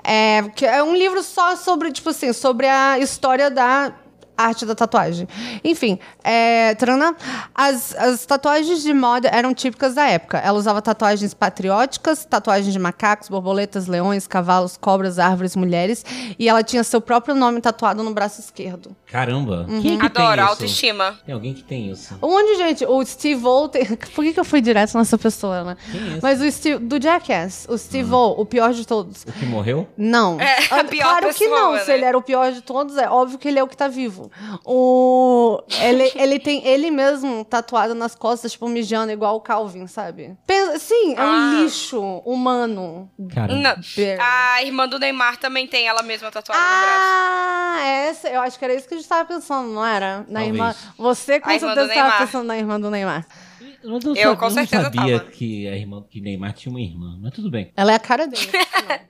Speaker 1: É, porque é um livro só sobre, tipo assim, sobre a história da arte da tatuagem. Enfim, é, Trana, as, as tatuagens de moda eram típicas da época. Ela usava tatuagens patrióticas, tatuagens de macacos, borboletas, leões, cavalos, cobras, árvores, mulheres. E ela tinha seu próprio nome tatuado no braço esquerdo.
Speaker 10: Caramba.
Speaker 1: Uhum.
Speaker 10: Quem é que
Speaker 2: Adoro,
Speaker 10: tem isso?
Speaker 2: autoestima.
Speaker 10: Tem alguém que tem isso.
Speaker 1: Um monte de gente. O Steve O. Tem... *laughs* Por que, que eu fui direto nessa pessoa, né?
Speaker 10: Quem é esse?
Speaker 1: Mas o Steve. Do Jackass. O Steve O, o pior de todos.
Speaker 10: O que morreu?
Speaker 1: Não.
Speaker 2: É, a
Speaker 1: Ah,
Speaker 2: pior
Speaker 1: claro que
Speaker 2: pessoa,
Speaker 1: não.
Speaker 2: né?
Speaker 1: Se ele era o pior de todos, é óbvio que ele é o que tá vivo. O...
Speaker 2: *laughs*
Speaker 1: Ele, ele tem ele mesmo tatuado nas costas, tipo, mijando igual o Calvin, sabe? Pensa- Sim, é um
Speaker 2: Ah.
Speaker 1: lixo humano. Ah,
Speaker 10: Caramba.
Speaker 2: Não.
Speaker 1: Bear.
Speaker 2: A irmã do Neymar também tem ela mesma tatuada um
Speaker 1: Ah, essa, eu acho que era isso que a gente tava pensando, não era? Na
Speaker 10: Talvez.
Speaker 1: irmã. Você com
Speaker 2: A irmã do
Speaker 1: certeza tava
Speaker 2: Neymar.
Speaker 1: pensando na irmã do Neymar.
Speaker 10: Mas eu,
Speaker 2: Eu,
Speaker 10: sabia-
Speaker 2: com
Speaker 10: eu não
Speaker 2: certeza,
Speaker 10: sabia
Speaker 2: tava.
Speaker 10: que a irmã que Neymar tinha uma irmã, mas tudo bem.
Speaker 1: Ela é a cara
Speaker 2: *laughs*
Speaker 1: dele.
Speaker 2: no braço.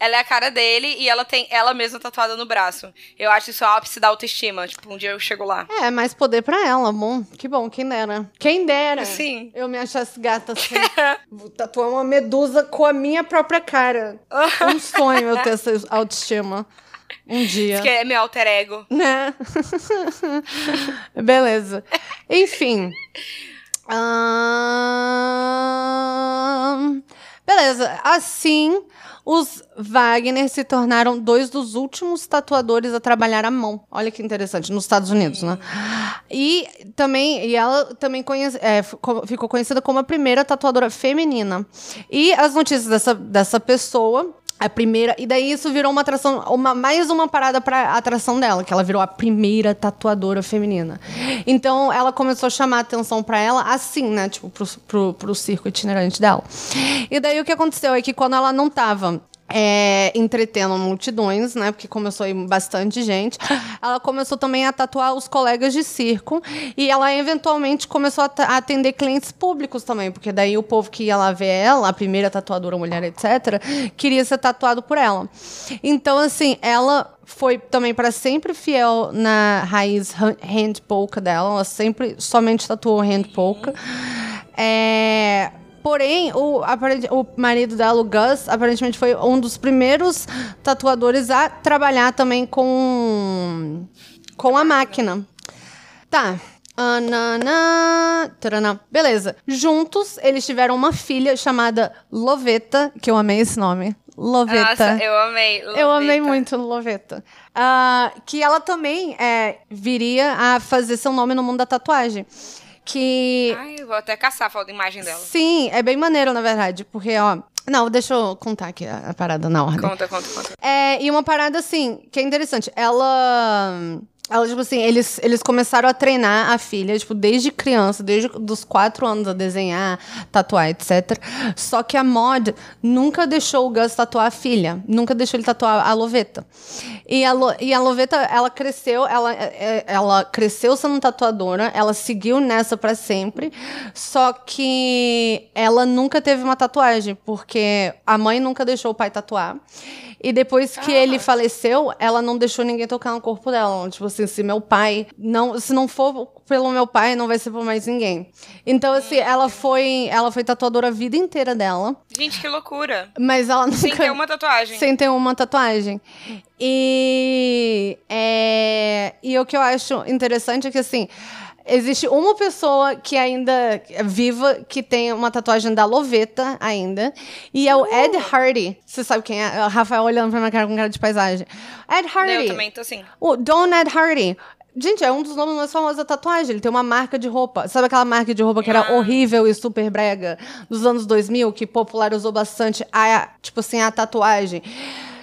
Speaker 2: Ela é a cara dele e ela tem ela mesma tatuada no braço. Eu acho isso o ápice da autoestima. Tipo, um dia eu chego lá.
Speaker 1: É, mais poder pra ela, bom. Que bom, quem dera. Quem dera.
Speaker 2: Sim.
Speaker 1: Eu me achasse gata
Speaker 2: *laughs*
Speaker 1: assim. Vou tatuar uma medusa com a minha própria
Speaker 2: *laughs*
Speaker 1: cara. Um sonho eu ter essa autoestima. Um dia.
Speaker 2: Isso que é meu alter ego.
Speaker 1: Né? *laughs* Beleza. Enfim. Ahn, Beleza. Assim, os Wagner se tornaram dois dos últimos tatuadores a trabalhar à mão. Olha que interessante, nos Estados Unidos, né? E também, e ela também conhece- é, ficou ficou conhecida como a primeira tatuadora feminina. E as notícias dessa, dessa pessoa a primeira. E daí isso virou uma atração, uma, mais uma parada pra atração dela, que ela virou a primeira tatuadora feminina. Então ela começou a chamar atenção pra ela assim, né? Tipo, pro, pro, pro circo itinerante dela. E daí o que aconteceu é que quando ela não tava. é, entretendo multidões, né? Porque começou a ir bastante gente. *gasps* Ela começou também a tatuar os colegas de circo e ela eventualmente começou a ta- a atender clientes públicos também, porque daí o povo que ia lá ver ela, a primeira tatuadora mulher, etc, queria ser tatuado por ela. Então assim, ela foi também para sempre fiel na raiz han- hand polka dela, ela sempre somente tatuou hand polka. É, Porém, o, aparente- o marido dela, o Gus, aparentemente foi um dos primeiros tatuadores a trabalhar também com, com a máquina. Tá. Ananã, taranã. Beleza. Juntos, eles tiveram uma filha chamada Loveta, que eu amei esse nome. Loveta.
Speaker 2: Nossa, eu amei.
Speaker 1: Eu amei
Speaker 2: Loveta.
Speaker 1: muito Loveta. Ah, que ela também é, viria a fazer seu nome no mundo da tatuagem. Que
Speaker 2: Ai, eu vou até caçar a foto da imagem dela.
Speaker 1: Sim, é bem maneiro, na verdade, porque, ó. Não, deixa eu contar aqui a, a parada na ordem.
Speaker 2: Conta, conta, conta.
Speaker 1: É, e uma parada assim, que é interessante. Ela. Ela, tipo assim, eles, eles começaram a treinar a filha, tipo, desde criança, desde dos quatro anos a desenhar, tatuar, etc. Só que a Mod nunca deixou o Gus tatuar a filha, nunca deixou ele tatuar a Loveta. E a, Lo- e a Loveta, ela cresceu, ela, é- é- ela cresceu sendo tatuadora, ela seguiu nessa pra sempre, só que ela nunca teve uma tatuagem, porque a mãe nunca deixou o pai tatuar. E depois que ele faleceu, ela não deixou ninguém tocar no corpo dela. Tipo assim, assim, se meu pai não, se não for pelo meu pai, não vai ser por mais ninguém. Então assim, ela foi, ela foi tatuadora a vida inteira dela,
Speaker 2: Gente, que loucura.
Speaker 1: mas ela nunca
Speaker 2: Sem ter é uma tatuagem.
Speaker 1: sem ter uma tatuagem. E, é, e o que eu acho interessante é que, assim, existe uma pessoa que ainda é viva, que tem uma tatuagem da Loveta ainda, e é
Speaker 2: Hum.
Speaker 1: o Ed Hardy. Você sabe quem é? O Rafael olhando pra minha cara com cara de paisagem. Ed Hardy.
Speaker 2: Eu também tô assim.
Speaker 1: O Don Ed Hardy. Gente, é um dos nomes mais famosos da tatuagem. Ele tem uma marca de roupa. Sabe aquela marca de roupa que era horrível e super brega dos anos 2000, que popularizou bastante a, tipo assim, a tatuagem?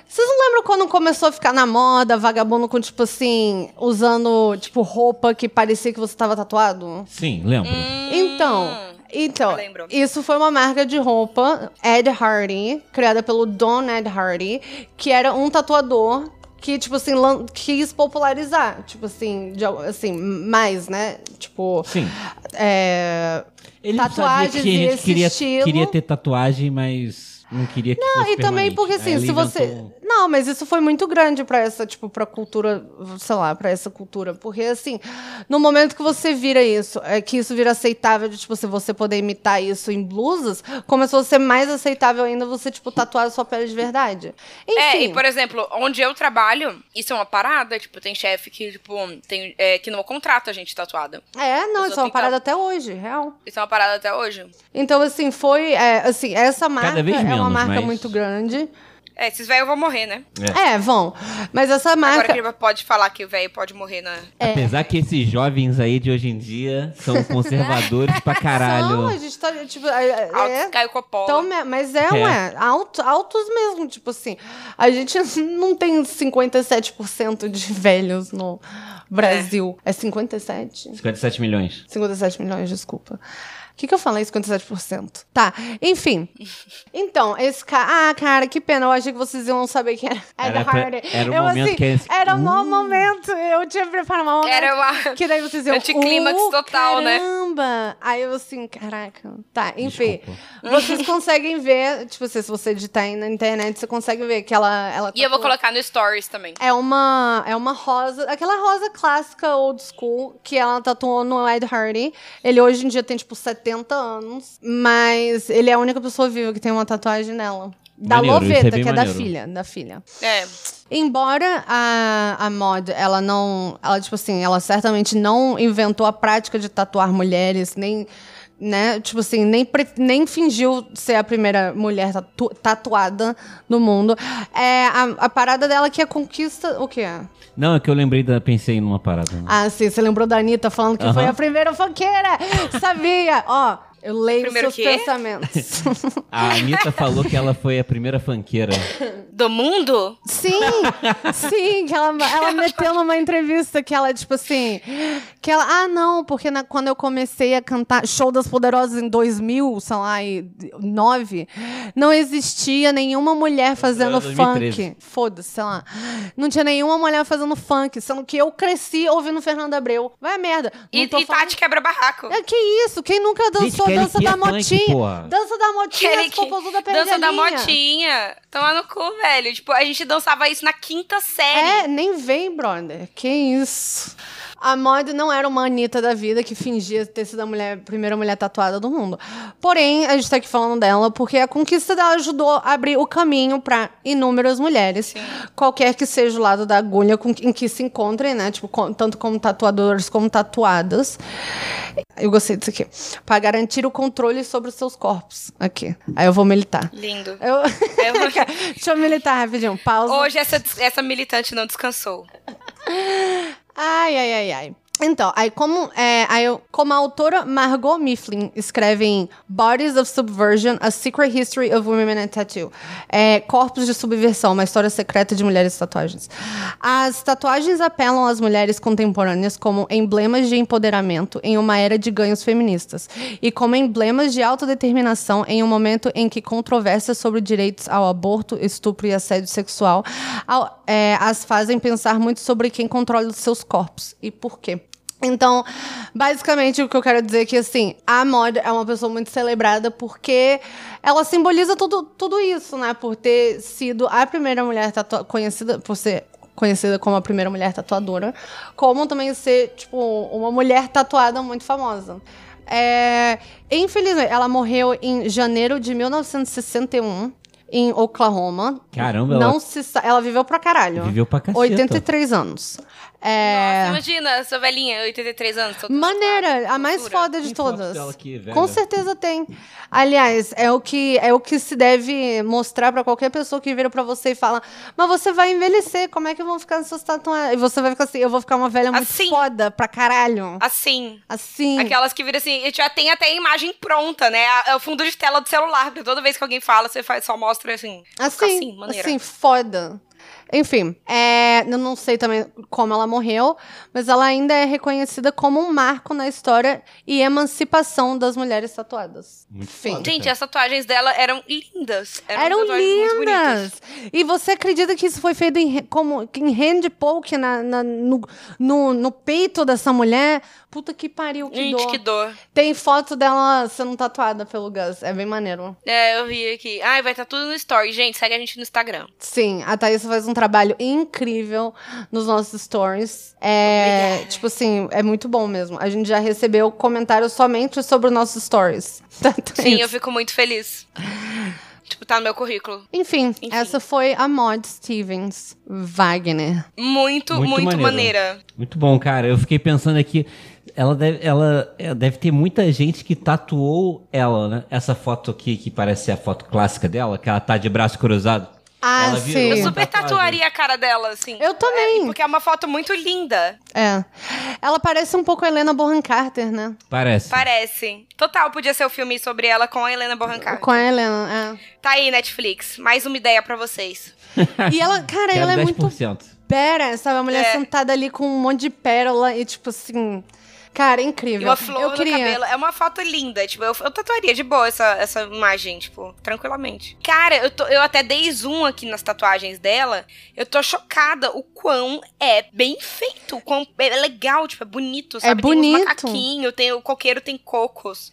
Speaker 1: Vocês não lembram quando começou a ficar na moda, vagabundo com, tipo assim, usando, tipo, roupa que parecia que você tava tatuado?
Speaker 10: Sim, lembro.
Speaker 1: Hum. Então, então
Speaker 2: Hum, eu lembro.
Speaker 1: isso foi uma marca de roupa, Ed Hardy, criada pelo Don Ed Hardy, que era um tatuador que, tipo assim, lan- quis popularizar, tipo assim, de al- assim, mais, né? Tipo,
Speaker 10: Sim.
Speaker 1: é,
Speaker 10: Ele não sabia
Speaker 1: Tatuagens
Speaker 10: que a
Speaker 1: e
Speaker 10: gente
Speaker 1: esse
Speaker 10: queria,
Speaker 1: estilo.
Speaker 10: queria ter tatuagem, mas não queria que não, fosse
Speaker 1: e também
Speaker 10: permanente. né? É um
Speaker 1: porque
Speaker 10: Aí
Speaker 1: assim,
Speaker 10: ele
Speaker 1: se você.
Speaker 10: inventou-
Speaker 1: Não, mas isso foi muito grande pra essa, tipo, pra cultura, sei lá, pra essa cultura. Porque assim, no momento que você vira isso, é que isso vira aceitável de, tipo, se você poder imitar isso em blusas, começou a ser mais aceitável ainda você, tipo, tatuar a sua pele de verdade. Enfim.
Speaker 2: É, e por exemplo, onde eu trabalho, isso é uma parada, tipo, tem chefe que, tipo, tem, é, que não contrata a gente tatuada.
Speaker 1: É, não,
Speaker 2: Os
Speaker 1: isso é uma
Speaker 2: outros,
Speaker 1: parada até hoje, real.
Speaker 2: Isso é uma parada até hoje.
Speaker 1: Então, assim, foi. é, assim, essa marca
Speaker 10: vez
Speaker 1: é uma
Speaker 10: menos,
Speaker 1: marca
Speaker 10: mas-
Speaker 1: muito grande.
Speaker 2: É, esses velhos vão morrer, né?
Speaker 1: É, vão. Mas é. essa
Speaker 2: Agora
Speaker 1: marca.
Speaker 2: que ele pode falar que o velho pode morrer na.
Speaker 1: É.
Speaker 10: Apesar que esses jovens aí de hoje em dia
Speaker 1: *laughs*
Speaker 10: são conservadores pra
Speaker 1: Não, a
Speaker 10: caralho.
Speaker 1: gente tá, tipo. é- é-
Speaker 2: Altos
Speaker 1: é-
Speaker 2: Caio Coppola.
Speaker 1: Então, me- mas é,
Speaker 10: É.
Speaker 1: ué, alto- altos mesmo, tipo assim, a gente *laughs* não tem 57% de velhos no Brasil. É, 57?
Speaker 10: 57 milhões.
Speaker 1: 57 milhões, desculpa. O que, que eu falei? 57%. Tá, enfim. Então, esse cara. Ah, cara, que pena. Eu achei que vocês iam saber quem era.
Speaker 10: Era pra-
Speaker 1: Hardy.
Speaker 10: era o
Speaker 1: eu,
Speaker 10: momento
Speaker 1: assim,
Speaker 10: que eles-
Speaker 1: Era o mau
Speaker 10: Uh.
Speaker 1: momento. Eu tinha preparado um momento.
Speaker 2: Era uma.
Speaker 1: Que daí vocês iam.
Speaker 2: Anticlímax
Speaker 1: "Uh,
Speaker 2: total, né?"
Speaker 1: Caramba! Aí eu assim, caraca. Tá, enfim.
Speaker 10: Desculpa.
Speaker 1: Vocês conseguem ver, tipo, se se você digitar aí na internet, você consegue ver que ela. ela
Speaker 2: E eu vou
Speaker 1: tatuou-
Speaker 2: colocar no Stories também.
Speaker 1: é uma, é uma rosa, aquela rosa clássica old school que ela tatuou no Ed Hardy. Ele hoje em dia tem tipo 70 anos, mas ele é a única pessoa viva que tem uma tatuagem nela. Da
Speaker 10: Maneiro, isso é
Speaker 1: Loveta,
Speaker 10: bem
Speaker 1: que é da
Speaker 10: maneiro.
Speaker 1: filha, da filha.
Speaker 2: É.
Speaker 1: Embora a, a mod, ela não. Ela, tipo assim, ela certamente não inventou a prática de tatuar mulheres, nem. Né? Tipo assim, nem, pre- nem fingiu ser a primeira mulher tatu- tatuada no mundo. É a, a parada dela que é conquista. O quê?
Speaker 10: Não, é que eu lembrei da. Pensei numa parada.
Speaker 1: Ah, sim, você lembrou da Anitta falando que
Speaker 10: Aham.
Speaker 1: foi a primeira funkeira! Sabia! Ó, eu leio
Speaker 2: Primeiro
Speaker 1: seus
Speaker 2: quê?
Speaker 1: pensamentos.
Speaker 2: *laughs*
Speaker 10: A Anitta falou que ela foi a primeira funkeira.
Speaker 2: Do mundo?
Speaker 1: Sim, sim, que ela,
Speaker 2: *laughs*
Speaker 1: ela meteu numa entrevista que ela, tipo assim, que ela, ah, não, porque na- quando eu comecei a cantar Show das Poderosas em 2000, sei lá, e 9, não existia nenhuma mulher fazendo
Speaker 10: Era 2013.
Speaker 1: funk. Foda-se, sei lá. Não tinha nenhuma mulher fazendo funk, sendo que eu cresci ouvindo Fernanda Abreu. Vai a merda. Não
Speaker 2: E,
Speaker 1: tô
Speaker 2: e tá
Speaker 1: falando-
Speaker 2: Tati quebra barraco.
Speaker 1: É, que isso? Quem nunca dançou
Speaker 10: Kelly
Speaker 1: dança
Speaker 10: Key é
Speaker 1: da
Speaker 10: funk,
Speaker 1: motinha?
Speaker 10: porra.
Speaker 1: dança da motinha,
Speaker 2: Kelly
Speaker 1: as
Speaker 2: Key.
Speaker 1: popozudas perdem
Speaker 2: Dança
Speaker 1: a
Speaker 2: da
Speaker 1: linha.
Speaker 2: motinha. Toma no cu, velho. Tipo, a gente dançava isso na quinta série.
Speaker 1: É, nem vem, brother. Que isso. A Mod não era uma Anitta da vida que fingia ter sido a mulher- primeira mulher tatuada do mundo. Porém, a gente tá aqui falando dela porque a conquista dela ajudou a abrir o caminho pra inúmeras mulheres. Qualquer que seja o lado da agulha com- em que se encontrem, né? Tipo, com- tanto como tatuadores como tatuadas. Eu gostei disso aqui. Pra garantir o controle sobre os seus corpos. Aqui. Aí eu vou militar.
Speaker 2: Lindo.
Speaker 1: Eu... é
Speaker 2: É uma-
Speaker 1: *laughs* Deixa eu militar rapidinho. Pausa.
Speaker 2: Hoje essa, des- essa militante não descansou.
Speaker 1: Ai, ai, ai, ai. Então, aí como, é, aí eu- como a autora Margot Mifflin escreve em Bodies of Subversion, A Secret History of Women and Tattoo, é, Corpos de Subversão, uma história secreta de mulheres e tatuagens. As tatuagens apelam às mulheres contemporâneas como emblemas de empoderamento em uma era de ganhos feministas e como emblemas de autodeterminação em um momento em que controvérsias sobre direitos ao aborto, estupro e assédio sexual ao- é, as fazem pensar muito sobre quem controla os seus corpos e por quê. Então, basicamente, o que eu quero dizer é que, assim, a Mod é uma pessoa muito celebrada porque ela simboliza tudo, tudo isso, né? Por ter sido a primeira mulher tatua- conhecida, por ser conhecida como a primeira mulher tatuadora, como também ser, tipo, uma mulher tatuada muito famosa. É, infelizmente, ela morreu em janeiro de 1961, em Oklahoma.
Speaker 10: Caramba,
Speaker 1: Não
Speaker 10: ela
Speaker 1: se sa- ela viveu pra caralho.
Speaker 10: viveu pra caceta.
Speaker 1: 83 anos. É,
Speaker 2: Nossa, imagina, sou velhinha, 83 anos. Tô...
Speaker 1: maneira, a mais
Speaker 2: Cultura.
Speaker 1: foda de
Speaker 10: Tem foto
Speaker 1: todas.
Speaker 10: dela aqui, velho.
Speaker 1: Com certeza tem. Aliás, é o que é o que se deve mostrar pra qualquer pessoa que vira pra você e fala: "Mas você vai envelhecer, como é que vão ficar suas tatuagens?" E você vai ficar assim: "Eu vou ficar uma velha muito
Speaker 2: Assim.
Speaker 1: foda pra caralho."
Speaker 2: Assim.
Speaker 1: Assim.
Speaker 2: Aquelas que viram assim, e já tem até a imagem pronta, né? A- É o fundo de tela do celular, porque toda vez que alguém fala, você faz, só mostra assim. fica
Speaker 1: Assim,
Speaker 2: assim,
Speaker 1: assim,
Speaker 2: maneira.
Speaker 1: foda. Enfim, é, eu não sei também como ela morreu, mas ela ainda é reconhecida como um marco na história e emancipação das mulheres tatuadas.
Speaker 10: Muito
Speaker 1: Enfim.
Speaker 10: foda.
Speaker 2: Gente, as tatuagens dela eram lindas.
Speaker 1: Eram
Speaker 2: tatuagens muito bonitas.
Speaker 1: lindas! E você acredita que isso foi feito em, re- como, em hand poke na, na- no, no, no peito dessa mulher? Puta que pariu, que
Speaker 2: Gente,
Speaker 1: dor.
Speaker 2: que dor.
Speaker 1: Tem foto dela sendo tatuada pelo Gus. É bem maneiro.
Speaker 2: É, eu vi aqui. Ai, vai estar tudo no story. Gente, segue a gente no Instagram.
Speaker 1: Sim, a Thaís faz um trabalho incrível nos nossos stories. É,
Speaker 2: Obrigada.
Speaker 1: tipo assim, é muito bom mesmo. A gente já recebeu comentários somente sobre os nossos stories. *laughs* da
Speaker 2: Sim,
Speaker 1: Thaís.
Speaker 2: eu fico muito
Speaker 1: *laughs*
Speaker 2: feliz. tipo, tá no meu currículo.
Speaker 1: Enfim,
Speaker 2: Enfim.
Speaker 1: essa foi a Mod Stevens Wagner.
Speaker 2: Muito,
Speaker 10: Muito
Speaker 2: muito,
Speaker 10: maneiro.
Speaker 2: maneira.
Speaker 10: Muito bom, cara. Eu fiquei pensando aqui. Ela deve, ela, é, deve ter muita gente que tatuou ela, né? Essa foto aqui, que parece ser a foto clássica dela, que ela tá de braço cruzado.
Speaker 1: Ah,
Speaker 10: Ela virou.
Speaker 1: sim.
Speaker 2: Eu
Speaker 10: Sim.
Speaker 2: super tatuaria a cara dela, assim.
Speaker 1: Eu também.
Speaker 2: É, porque é uma foto muito linda.
Speaker 1: É. Ela parece um pouco a Helena Bonham Carter, né?
Speaker 10: Parece.
Speaker 2: Parece. Total, podia ser o filme sobre ela com a Helena Bonham Carter.
Speaker 1: Com a Helena,
Speaker 2: Tá aí, Netflix. Mais uma ideia pra vocês.
Speaker 1: é. E
Speaker 10: *laughs*
Speaker 1: ela, cara,
Speaker 10: Quero
Speaker 1: ela é muito
Speaker 10: 10%.
Speaker 1: pera, sabe? A mulher
Speaker 2: É.
Speaker 1: sentada ali com um monte de pérola e, tipo assim. Cara, é incrível.
Speaker 2: E uma flor
Speaker 1: eu
Speaker 2: no
Speaker 1: queria.
Speaker 2: cabelo. É uma foto linda. Tipo, eu, eu tatuaria de boa essa, essa imagem, tipo, tranquilamente. Cara, eu, tô- eu até dei zoom aqui nas tatuagens dela. Eu tô chocada o quão é bem feito. O quão é legal, tipo, é bonito, sabe? Tem
Speaker 1: bonito.
Speaker 2: uns macaquinho, tem, o coqueiro tem cocos.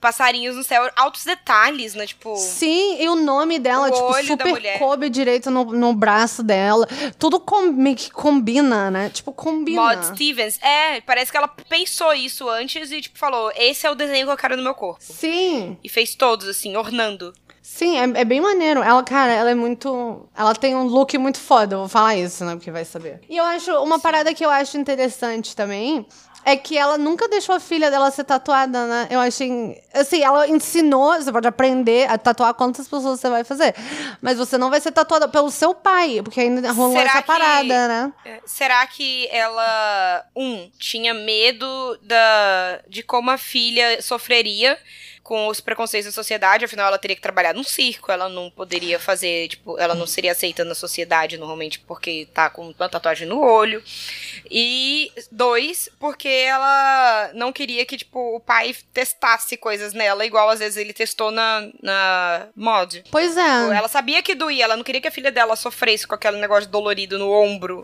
Speaker 2: Passarinhos no céu. Altos detalhes, né? Tipo...
Speaker 1: Sim, e o nome dela,
Speaker 2: O
Speaker 1: tipo,
Speaker 2: olho da
Speaker 1: super
Speaker 2: mulher.
Speaker 1: coube direito no, no braço dela. Tudo com- meio que combina, né? Tipo, combina.
Speaker 2: Mod Stevens. É, parece que ela pensou isso antes e, tipo, falou: esse é o desenho que eu quero no meu corpo.
Speaker 1: Sim,
Speaker 2: E fez todos, assim, ornando.
Speaker 1: sim, é, é bem maneiro. Ela, cara, ela é muito. Ela tem um look muito foda, eu vou falar isso, né? Porque vai saber. E eu acho. Uma parada que eu acho interessante também é que ela nunca deixou a filha dela ser tatuada, né? Eu achei. Assim, ela ensinou, você pode aprender a tatuar quantas pessoas você vai fazer. Mas você não vai ser tatuada pelo seu pai, porque ainda rolou
Speaker 2: Será
Speaker 1: essa
Speaker 2: que-
Speaker 1: parada, né?
Speaker 2: É, Será que ela, um, tinha medo da, de como a filha sofreria com os preconceitos da sociedade? Afinal, ela teria que trabalhar num circo, ela não poderia fazer, tipo, ela não seria aceita na sociedade normalmente porque tá com uma tatuagem no olho. E, dois, porque ela não queria que, tipo, o pai testasse coisas nela, igual às vezes ele testou na, na mod.
Speaker 1: Pois é.
Speaker 2: Tipo, Ela sabia que doía, ela não queria que a filha dela sofresse com aquele negócio dolorido no ombro,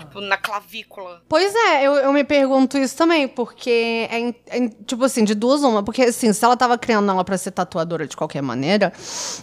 Speaker 2: tipo, na clavícula.
Speaker 1: Pois é, eu, eu me pergunto isso também, porque é, in- é in- tipo assim, de duas uma, porque assim, se ela tava criando ela pra ser tatuadora de qualquer maneira,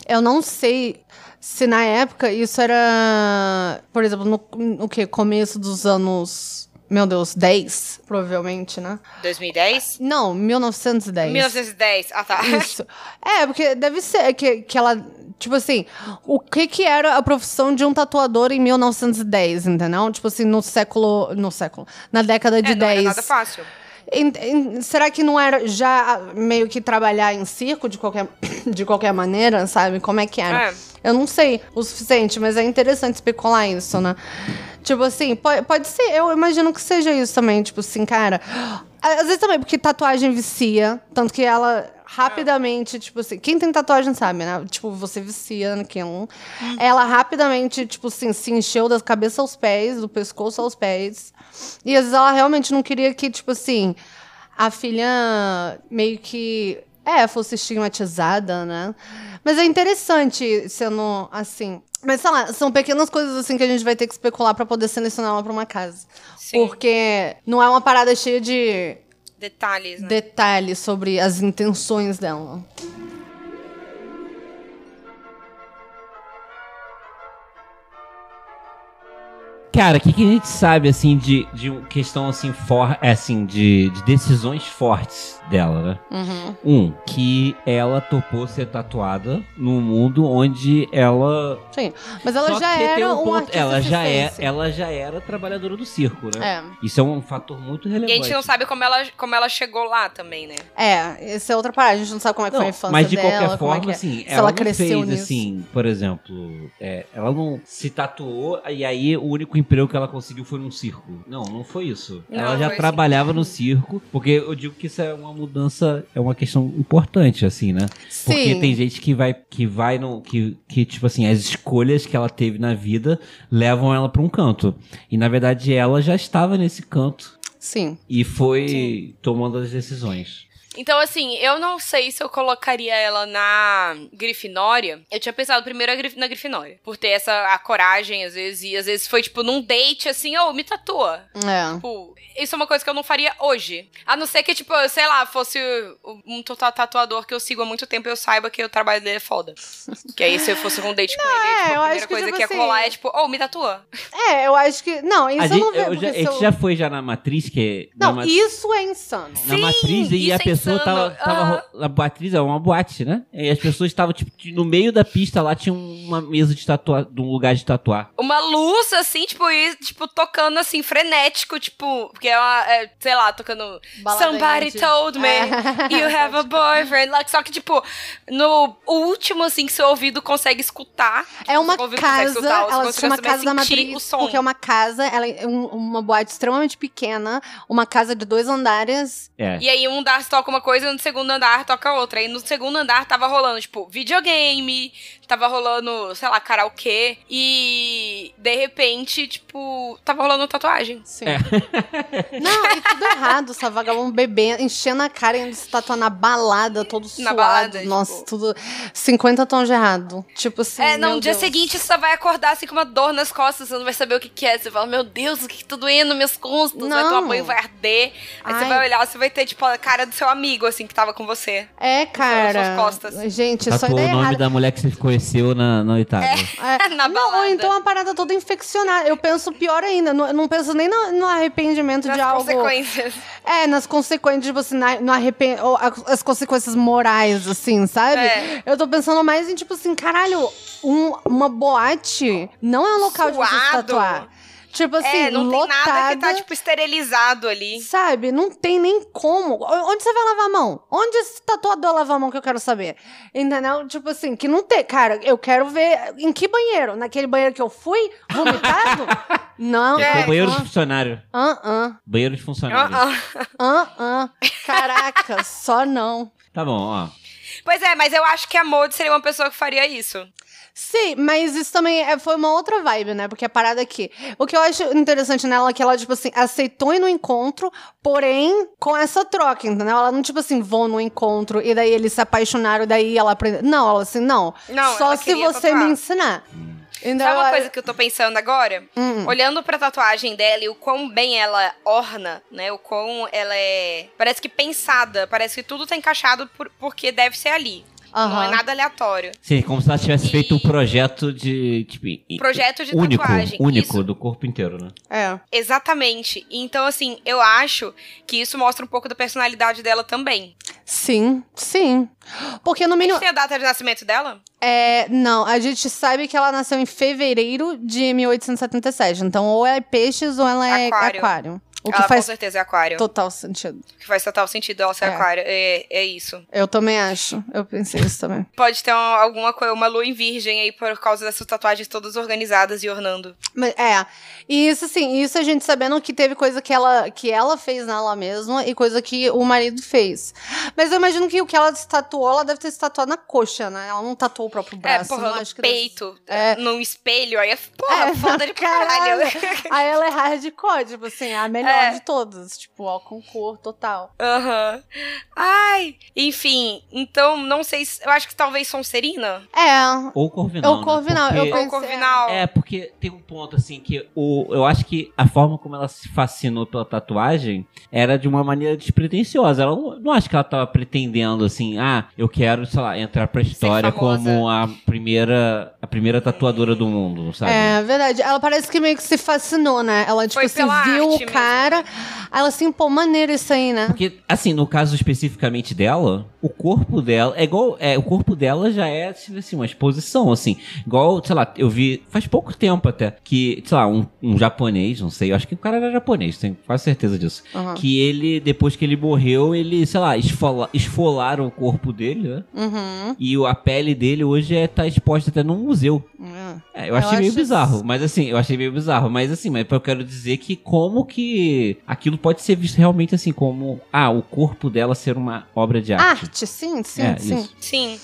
Speaker 1: eu não sei se na época isso era, por exemplo, no, no que começo dos anos, meu Deus, 10, provavelmente, né?
Speaker 2: 2010?
Speaker 1: Não, 1910.
Speaker 2: 1910. Ah, tá.
Speaker 1: Isso. É, porque deve ser que, que ela. Tipo assim, o que que era a profissão de um tatuador em 1910, entendeu? Tipo assim, no século. No século. Na década de
Speaker 2: É, *laughs* não era
Speaker 1: 10.
Speaker 2: nada fácil.
Speaker 1: Em- em- será que não era já meio que trabalhar em circo de qualquer, *coughs* de qualquer maneira, sabe? Como é que era?
Speaker 2: É.
Speaker 1: Eu não sei o suficiente, mas é interessante especular isso, né? Tipo assim, po- pode, ser, eu imagino que seja isso também, tipo assim, cara. Às vezes também, porque tatuagem vicia, tanto que ela rapidamente, tipo assim, quem tem tatuagem sabe, né? Tipo, você vicia naquilo. Ela rapidamente, tipo assim, se encheu da cabeça aos pés, do pescoço aos pés. E às vezes ela realmente não queria que, tipo assim, a filha meio que é, fosse estigmatizada, né? Mas é interessante sendo assim. Mas sei lá, são pequenas coisas assim que a gente vai ter que especular pra poder selecionar ela pra uma casa.
Speaker 2: Sim.
Speaker 1: Porque não é uma parada cheia de
Speaker 2: Detalhes, né?
Speaker 1: detalhes sobre as intenções dela.
Speaker 10: Cara, o que, que a gente sabe, assim, de, de questão, assim, for, é, assim de, de decisões fortes dela, né?
Speaker 1: Uhum.
Speaker 10: Um, que ela topou ser tatuada num mundo onde ela...
Speaker 1: Sim. Mas ela
Speaker 10: Só
Speaker 1: já
Speaker 10: que tem
Speaker 1: era
Speaker 10: um
Speaker 1: um,
Speaker 10: ponto-
Speaker 1: artista
Speaker 10: ela já é,
Speaker 1: circense.
Speaker 10: Ela já era trabalhadora do circo, né?
Speaker 1: É.
Speaker 10: Isso é um fator muito
Speaker 2: E
Speaker 10: relevante.
Speaker 2: a gente não sabe como ela, como ela chegou lá também, né?
Speaker 1: É, isso é outra parada. A gente não sabe como é que foi a
Speaker 10: Não,
Speaker 1: infância
Speaker 10: mas de
Speaker 1: dela,
Speaker 10: qualquer
Speaker 1: como é
Speaker 10: forma,
Speaker 1: que é.
Speaker 10: assim,
Speaker 1: se
Speaker 10: ela,
Speaker 1: ela
Speaker 10: não
Speaker 1: cresceu
Speaker 10: fez,
Speaker 1: nisso.
Speaker 10: assim, por exemplo, é, ela não se tatuou e aí o único emprego que ela conseguiu foi num circo. Não, não foi isso.
Speaker 2: Não,
Speaker 10: ela já
Speaker 2: foi
Speaker 10: trabalhava no circo, porque eu digo que isso é uma mudança, é uma questão importante, assim, né? Porque
Speaker 1: Sim.
Speaker 10: tem gente que vai, que vai no, que, que tipo assim, as escolhas que ela teve na vida levam ela pra um canto. E na verdade ela já estava nesse canto
Speaker 1: Sim.
Speaker 10: e foi tomando as decisões.
Speaker 2: Então, assim, eu não sei se eu colocaria ela na Grifinória. Eu tinha pensado primeiro a Grif- na Grifinória. Por ter essa a coragem, às vezes, e às vezes foi tipo num date assim, ô, me tatua.
Speaker 1: É.
Speaker 2: Tipo, isso é uma coisa que eu não faria hoje. A não ser que, tipo, eu, sei lá, fosse um tatu- tatuador que eu sigo há muito tempo e eu saiba que o trabalho dele é foda. Que aí se eu fosse com um date com ele, tipo,
Speaker 1: eu
Speaker 2: a
Speaker 1: acho que,
Speaker 2: primeira coisa
Speaker 1: tipo
Speaker 2: que ia
Speaker 1: assim-
Speaker 2: rolar é tipo, ô, me tatua.
Speaker 1: É, eu acho que. Não, isso
Speaker 10: a
Speaker 1: eu não
Speaker 10: gente,
Speaker 1: vejo.
Speaker 10: eu
Speaker 1: porque
Speaker 10: já, a
Speaker 1: se
Speaker 10: gente
Speaker 1: eu-
Speaker 10: já foi já na matriz, que é- na
Speaker 1: Não,
Speaker 10: ma-
Speaker 1: isso é insano.
Speaker 10: na matriz e
Speaker 2: isso
Speaker 10: a
Speaker 2: é
Speaker 10: pessoa
Speaker 2: insano.
Speaker 10: tava, tava
Speaker 2: Aham.
Speaker 10: ro- a matriz é uma boate, né? E as pessoas estavam tipo no meio da pista lá tinha uma mesa de tatuar, de um lugar de tatuar.
Speaker 2: Uma luz, assim, tipo, e, tipo, tocando assim, frenético, tipo, porque é uma, é, sei lá, tocando.
Speaker 1: Balada
Speaker 2: Somebody
Speaker 1: indie.
Speaker 2: told me
Speaker 1: É.
Speaker 2: you
Speaker 1: *laughs*
Speaker 2: have a boyfriend. Like, só que, tipo, no o último, assim, que seu ouvido consegue escutar.
Speaker 1: É uma
Speaker 2: Ouviu o que
Speaker 1: casa,
Speaker 2: sexo tal,
Speaker 1: ela
Speaker 2: você
Speaker 1: se chama
Speaker 2: consegue
Speaker 1: Casa da
Speaker 2: sentir o
Speaker 1: Matriz,
Speaker 2: som.
Speaker 1: porque é uma casa, ela é um- uma boate extremamente pequena, uma casa de dois andares.
Speaker 10: É.
Speaker 2: E aí um andar toca uma coisa, no segundo andar toca outra. E no segundo andar tava rolando, tipo, videogame, tava rolando, sei lá, karaokê. E de repente, tipo, tava rolando tatuagem.
Speaker 1: Sim. *laughs*
Speaker 10: É.
Speaker 1: Não, e tudo errado, essa vagabunda bebendo, enchendo a cara e indo se tatuar na balada, todo suado.
Speaker 2: balada, tipo-
Speaker 1: Nossa, tudo 50 tons de errado. Tipo assim,
Speaker 2: é, não,
Speaker 1: meu
Speaker 2: no dia
Speaker 1: Deus.
Speaker 2: seguinte você só vai acordar assim com uma dor nas costas, você não vai saber o que, que é. Você fala, meu Deus, o que, que tá doendo? Minhas costas, vai
Speaker 1: Não.
Speaker 2: tomar banho, vai arder. Aí você
Speaker 1: Ai.
Speaker 2: vai olhar, você vai ter, tipo, a cara do seu amigo, assim, que tava com você.
Speaker 1: É,
Speaker 2: Nas
Speaker 1: cara.
Speaker 2: suas costas.
Speaker 1: Gente, só
Speaker 10: Tatuou
Speaker 1: ideia
Speaker 10: o nome
Speaker 1: errada.
Speaker 10: da mulher que você conheceu na, na oitava.
Speaker 1: É.
Speaker 2: *laughs* Na
Speaker 1: Não, ou
Speaker 2: balada.
Speaker 1: então a parada toda infeccionada. Eu penso pior ainda. Não, eu não penso nem no, no arrependimento
Speaker 2: Nas
Speaker 1: de algo.
Speaker 2: consequências.
Speaker 1: É, nas consequências de você na- não arrepender. Ou a- as consequências morais, assim, sabe?
Speaker 2: É.
Speaker 1: Eu tô pensando mais em, tipo assim, caralho, um- uma boate não é um local de você se
Speaker 2: Suado.
Speaker 1: tatuar. Tipo assim,
Speaker 2: é, não
Speaker 1: lotada,
Speaker 2: tem nada que tá, tipo, esterilizado ali.
Speaker 1: Sabe? Não tem nem como. O- Onde você vai lavar a mão? Onde esse tatuador lava a mão que eu quero saber? Entendeu? Tipo assim, que não tem. Cara, eu quero ver em que banheiro? Naquele banheiro que eu fui? Vomitado? não.
Speaker 10: Foi
Speaker 2: É.
Speaker 10: o banheiro de funcionário.
Speaker 1: Ah, ah,
Speaker 10: Banheiro de funcionário.
Speaker 2: Ah, ah.
Speaker 1: ah, ah. Caraca, só não.
Speaker 2: ah.
Speaker 10: Tá bom, ó.
Speaker 2: Pois é, mas eu acho que a Maud seria uma pessoa que faria isso.
Speaker 1: Sim, mas isso também é- foi uma outra vibe, né? Porque a parada aqui. O que eu acho interessante nela é que ela, tipo assim, aceitou ir no encontro, porém com essa troca, entendeu? Ela não, tipo assim, vão no encontro e daí eles se apaixonaram, daí ela aprendeu. Não, ela assim, não.
Speaker 2: Não,
Speaker 1: só
Speaker 2: ela
Speaker 1: se
Speaker 2: queria
Speaker 1: você
Speaker 2: tatuar.
Speaker 1: me ensinar. Então,
Speaker 2: Sabe uma
Speaker 1: eu-
Speaker 2: coisa que eu tô pensando agora?
Speaker 1: Hum.
Speaker 2: Olhando pra tatuagem dela e o quão bem ela orna, né? O quão ela é. Parece que pensada, parece que tudo tá encaixado por- porque deve ser ali. Não é
Speaker 1: Aham.
Speaker 2: nada aleatório.
Speaker 10: Sim, como se ela tivesse
Speaker 2: E-
Speaker 10: feito um projeto de. Tipo,
Speaker 2: Projeto de
Speaker 10: único,
Speaker 2: tatuagem.
Speaker 10: único,
Speaker 2: Isso,
Speaker 10: do corpo inteiro, né?
Speaker 1: É.
Speaker 2: exatamente. Então, assim, eu acho que isso mostra um pouco da personalidade dela também.
Speaker 1: Sim, sim. Porque no
Speaker 2: A gente
Speaker 1: mínimo.
Speaker 2: tem a data de nascimento dela?
Speaker 1: É, não, a gente sabe que ela nasceu em fevereiro de 1877. Então, ou é peixes ou ela é
Speaker 2: Aquário.
Speaker 1: aquário. O que
Speaker 2: ela com
Speaker 1: faz
Speaker 2: certeza é aquário.
Speaker 1: total sentido.
Speaker 2: O que faz total sentido ela ser
Speaker 1: É.
Speaker 2: aquário. É, é isso.
Speaker 1: Eu também acho. Eu pensei isso também.
Speaker 2: Pode ter uma- alguma coisa, uma lua em virgem aí por causa dessas tatuagens todas organizadas e ornando.
Speaker 1: Mas, é. E isso, assim, isso a gente sabendo que teve coisa que ela, que ela fez nela mesma e coisa que o marido fez. Mas eu imagino que o que ela se tatuou, ela deve ter se tatuado na coxa, né? Ela não tatuou o próprio braço.
Speaker 2: é, porra,
Speaker 1: não
Speaker 2: no
Speaker 1: acho que deve-
Speaker 2: peito,
Speaker 1: É.
Speaker 2: num espelho, aí é, porra,
Speaker 1: É, *laughs*
Speaker 2: foda de caralho. *laughs*
Speaker 1: Aí ela é hardcore, tipo assim, a melhor melhor
Speaker 2: É.
Speaker 1: de todas. Tipo, ó, concor total.
Speaker 2: Aham. Ai. Enfim, então não sei. se- Eu acho que talvez Sonserina.
Speaker 1: É.
Speaker 10: Ou Corvinal.
Speaker 1: Ou Corvinal,
Speaker 10: né?
Speaker 1: eu
Speaker 10: Porque-
Speaker 1: pensei-
Speaker 2: Ou Corvinal.
Speaker 10: É, porque tem um ponto assim que o, eu acho que a forma como ela se fascinou pela tatuagem era de uma maneira despretensiosa. Ela não, não acho que ela tava pretendendo assim, ah, eu quero, sei lá, entrar pra história
Speaker 2: famosa.
Speaker 10: como a primeira a primeira tatuadora do mundo, sabe?
Speaker 1: É, verdade. Ela parece que meio que se fascinou, né? Ela, tipo,
Speaker 2: Foi
Speaker 1: assim,
Speaker 2: pela
Speaker 1: viu
Speaker 2: arte
Speaker 1: o cara. Aí ela assim, pô, maneiro isso aí, né?
Speaker 10: Porque, assim, no caso especificamente dela, o corpo dela é igual. É, o corpo dela já é, assim, uma exposição, assim. Igual, sei lá, eu vi faz pouco tempo até, que, sei lá, um, um japonês, não sei, eu acho que o cara era japonês, tenho quase certeza disso.
Speaker 1: Aham.
Speaker 10: Que ele, depois que ele morreu, ele, sei lá, esfola, esfolaram o corpo dele, né?
Speaker 1: Uhum.
Speaker 10: E o- a pele dele hoje é, tá exposta até num museu.
Speaker 1: Uhum.
Speaker 10: É, eu achei
Speaker 1: Eu
Speaker 10: meio
Speaker 1: acho
Speaker 10: bizarro,
Speaker 1: isso-
Speaker 10: mas assim, eu achei meio bizarro, mas assim, mas eu quero dizer que como que aquilo pode ser visto realmente assim como ah, o corpo dela ser uma obra de arte.
Speaker 1: Arte, sim, sim,
Speaker 10: é,
Speaker 1: sim.
Speaker 10: isso.
Speaker 2: Sim.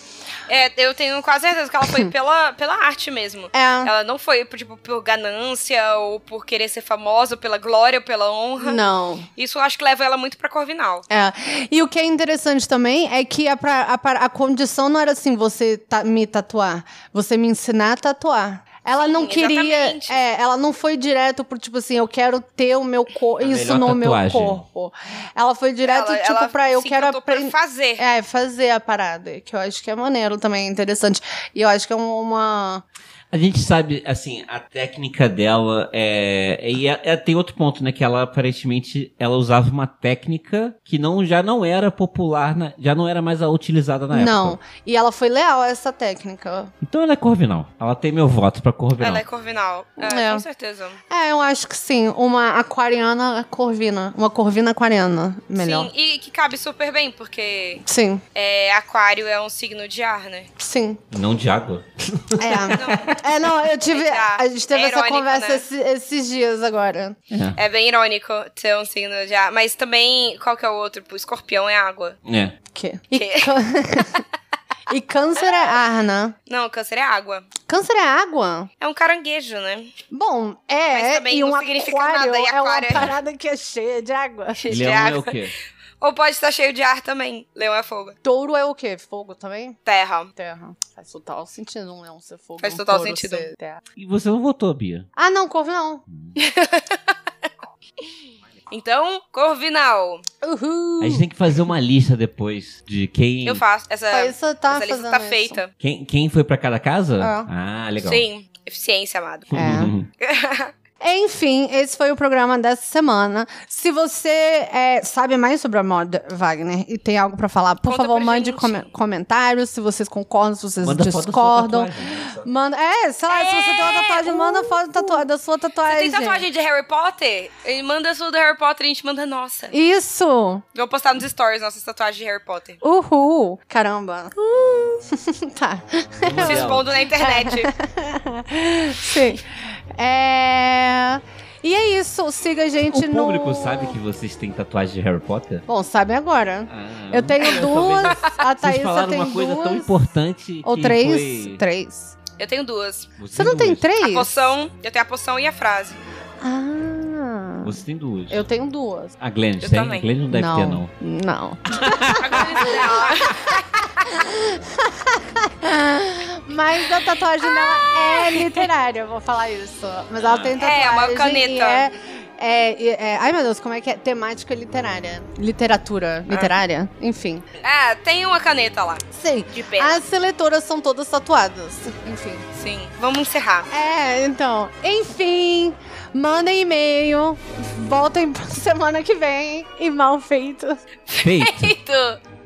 Speaker 2: É, eu tenho quase certeza que
Speaker 1: *laughs*
Speaker 2: ela foi pela, pela arte mesmo.
Speaker 1: É.
Speaker 2: Ela não foi, tipo, por ganância ou por querer ser famosa, ou pela glória, ou pela honra.
Speaker 1: Não.
Speaker 2: Isso eu acho que leva ela muito pra Corvinal.
Speaker 1: É. E o que é interessante também é que a, pra- a pra- a condição não era assim você ta- me tatuar, você me ensinar a tatuar. Ela não
Speaker 2: Sim,
Speaker 1: queria.
Speaker 2: exatamente.
Speaker 1: É, ela não foi direto pro tipo assim, eu quero ter o meu corpo,
Speaker 10: A
Speaker 1: isso
Speaker 10: melhor
Speaker 1: no meu
Speaker 10: tatuagem.
Speaker 1: corpo. Ela foi direto,
Speaker 2: ela,
Speaker 1: tipo,
Speaker 2: ela
Speaker 1: pra eu
Speaker 2: se
Speaker 1: quero
Speaker 2: encantou pra
Speaker 1: aprender.
Speaker 2: fazer.
Speaker 1: É, fazer a parada, que eu acho que é maneiro também, é interessante. E eu acho que é um- uma.
Speaker 10: A gente sabe, assim, a técnica dela é. E é- é- tem outro ponto, né? Que ela aparentemente ela usava uma técnica que não, já não era popular, na- já não era mais a utilizada na
Speaker 1: não.
Speaker 10: época.
Speaker 1: E ela foi leal a essa técnica.
Speaker 10: Então ela é Corvinal. Ela tem meu voto pra Corvinal.
Speaker 2: Ela é Corvinal. É,
Speaker 1: É.
Speaker 2: com certeza.
Speaker 1: É, eu acho que sim. Uma aquariana corvina. Uma corvina aquariana. Melhor.
Speaker 2: Sim, e que cabe super bem, porque
Speaker 1: Sim,
Speaker 2: é, aquário é um signo de ar, né?
Speaker 1: sim.
Speaker 10: Não
Speaker 1: *laughs*
Speaker 10: de água.
Speaker 1: É. é, não, eu tive.
Speaker 2: É já.
Speaker 1: A gente teve
Speaker 2: É
Speaker 1: essa
Speaker 2: irônico,
Speaker 1: conversa
Speaker 2: né?
Speaker 1: esse- esses dias agora.
Speaker 10: É.
Speaker 2: É bem irônico ter um signo de ar. Mas também, qual que é o outro? O escorpião é água.
Speaker 10: é.
Speaker 1: Que? E,
Speaker 2: Que?
Speaker 1: cân- *laughs* e câncer é ar, né?
Speaker 2: Não, o câncer é água.
Speaker 1: Câncer é água?
Speaker 2: É um caranguejo, né?
Speaker 1: Bom, é.
Speaker 2: Mas também
Speaker 1: e
Speaker 2: não
Speaker 1: um
Speaker 2: significa
Speaker 1: aquário
Speaker 2: nada, e
Speaker 1: é uma
Speaker 2: aquário é-
Speaker 1: parada que é cheia de água.
Speaker 2: De
Speaker 10: Leão é
Speaker 2: água.
Speaker 10: o quê?
Speaker 2: Ou pode estar cheio de ar também. Leão é fogo.
Speaker 1: Touro é o quê? Fogo também?
Speaker 2: Terra.
Speaker 1: Terra. Faz total sentido um leão ser fogo.
Speaker 2: Faz
Speaker 1: um
Speaker 2: total
Speaker 1: touro
Speaker 2: sentido.
Speaker 1: ser terra.
Speaker 10: E você não votou, Bia.
Speaker 1: Ah, não, corvo não.
Speaker 2: Então, Corvinal.
Speaker 1: Uhul.
Speaker 10: A gente tem que fazer uma lista depois de quem
Speaker 2: Eu faço. Essa,
Speaker 1: Essa tá
Speaker 2: essa lista
Speaker 1: fazendo
Speaker 2: tá
Speaker 1: isso.
Speaker 2: feita.
Speaker 10: quem, quem foi pra cada casa?
Speaker 1: Ah.
Speaker 10: Ah, *laughs* legal.
Speaker 2: Sim.
Speaker 1: *laughs*
Speaker 2: Eficiência, amado.
Speaker 1: É. Enfim, esse foi o programa dessa semana. Se você é, sabe mais sobre a moda, Wagner, e tem algo pra falar, por
Speaker 2: Conta
Speaker 1: favor,
Speaker 2: pra
Speaker 1: mande
Speaker 2: gente.
Speaker 1: come- comentários. Se vocês concordam, se É. vocês
Speaker 10: Manda foto da sua
Speaker 1: discordam.
Speaker 10: tatuagem.
Speaker 1: Manda, é, sei lá, se você tem uma tatuagem, manda foto tatua- da sua
Speaker 2: uh! Você
Speaker 1: tatuagem.
Speaker 2: tem tatuagem de Harry Potter? Ele manda a sua do Harry Potter e a gente manda a nossa.
Speaker 1: Isso!
Speaker 2: Vou postar nos stories nossas tatuagens de Harry Potter.
Speaker 1: Uhul! Caramba! *laughs* tá. *laughs*
Speaker 2: *laughs* Se expondo na internet.
Speaker 1: Sim. É... E é isso. Siga a gente
Speaker 10: O
Speaker 1: no.
Speaker 10: público sabe que vocês têm tatuagem de Harry Potter?
Speaker 1: Bom, sabe agora.
Speaker 10: Ah,
Speaker 1: Eu
Speaker 10: *laughs*
Speaker 1: tenho duas, a
Speaker 10: Vocês
Speaker 1: Thaís
Speaker 10: falaram
Speaker 1: tem
Speaker 10: uma coisa
Speaker 1: duas.
Speaker 10: tão importante
Speaker 1: ou
Speaker 10: que
Speaker 1: três?
Speaker 10: foi-
Speaker 1: Três.
Speaker 2: Eu tenho duas.
Speaker 10: Vocês
Speaker 1: Você não tem
Speaker 10: duas.
Speaker 2: A
Speaker 1: três?
Speaker 2: poção, eu tenho a poção e a frase.
Speaker 1: Ah.
Speaker 10: Você tem duas.
Speaker 1: Eu tenho duas.
Speaker 10: A Glenn
Speaker 2: Eu
Speaker 10: tem?
Speaker 2: também.
Speaker 10: A Glenn não deve ter, não.
Speaker 1: Não. *laughs*
Speaker 2: Agora eles dela.
Speaker 1: Mas a tatuagem dela é literária, eu vou falar isso. Mas
Speaker 10: Ah.
Speaker 1: ela tem tatuagem.
Speaker 2: É, uma caneta.
Speaker 1: e é- é- e é- ai meu Deus, como é que é? Temática literária. Literatura. Literária? Enfim.
Speaker 2: Ah, tem uma caneta lá,
Speaker 1: Sim.
Speaker 2: de pé.
Speaker 1: As seletoras são todas tatuadas. Enfim.
Speaker 2: Sim. Vamos encerrar.
Speaker 1: É, então. Enfim, mandem *laughs* e-mail. Voltem pra semana que vem. E mal feito. *laughs*
Speaker 10: Feito.
Speaker 2: Feito!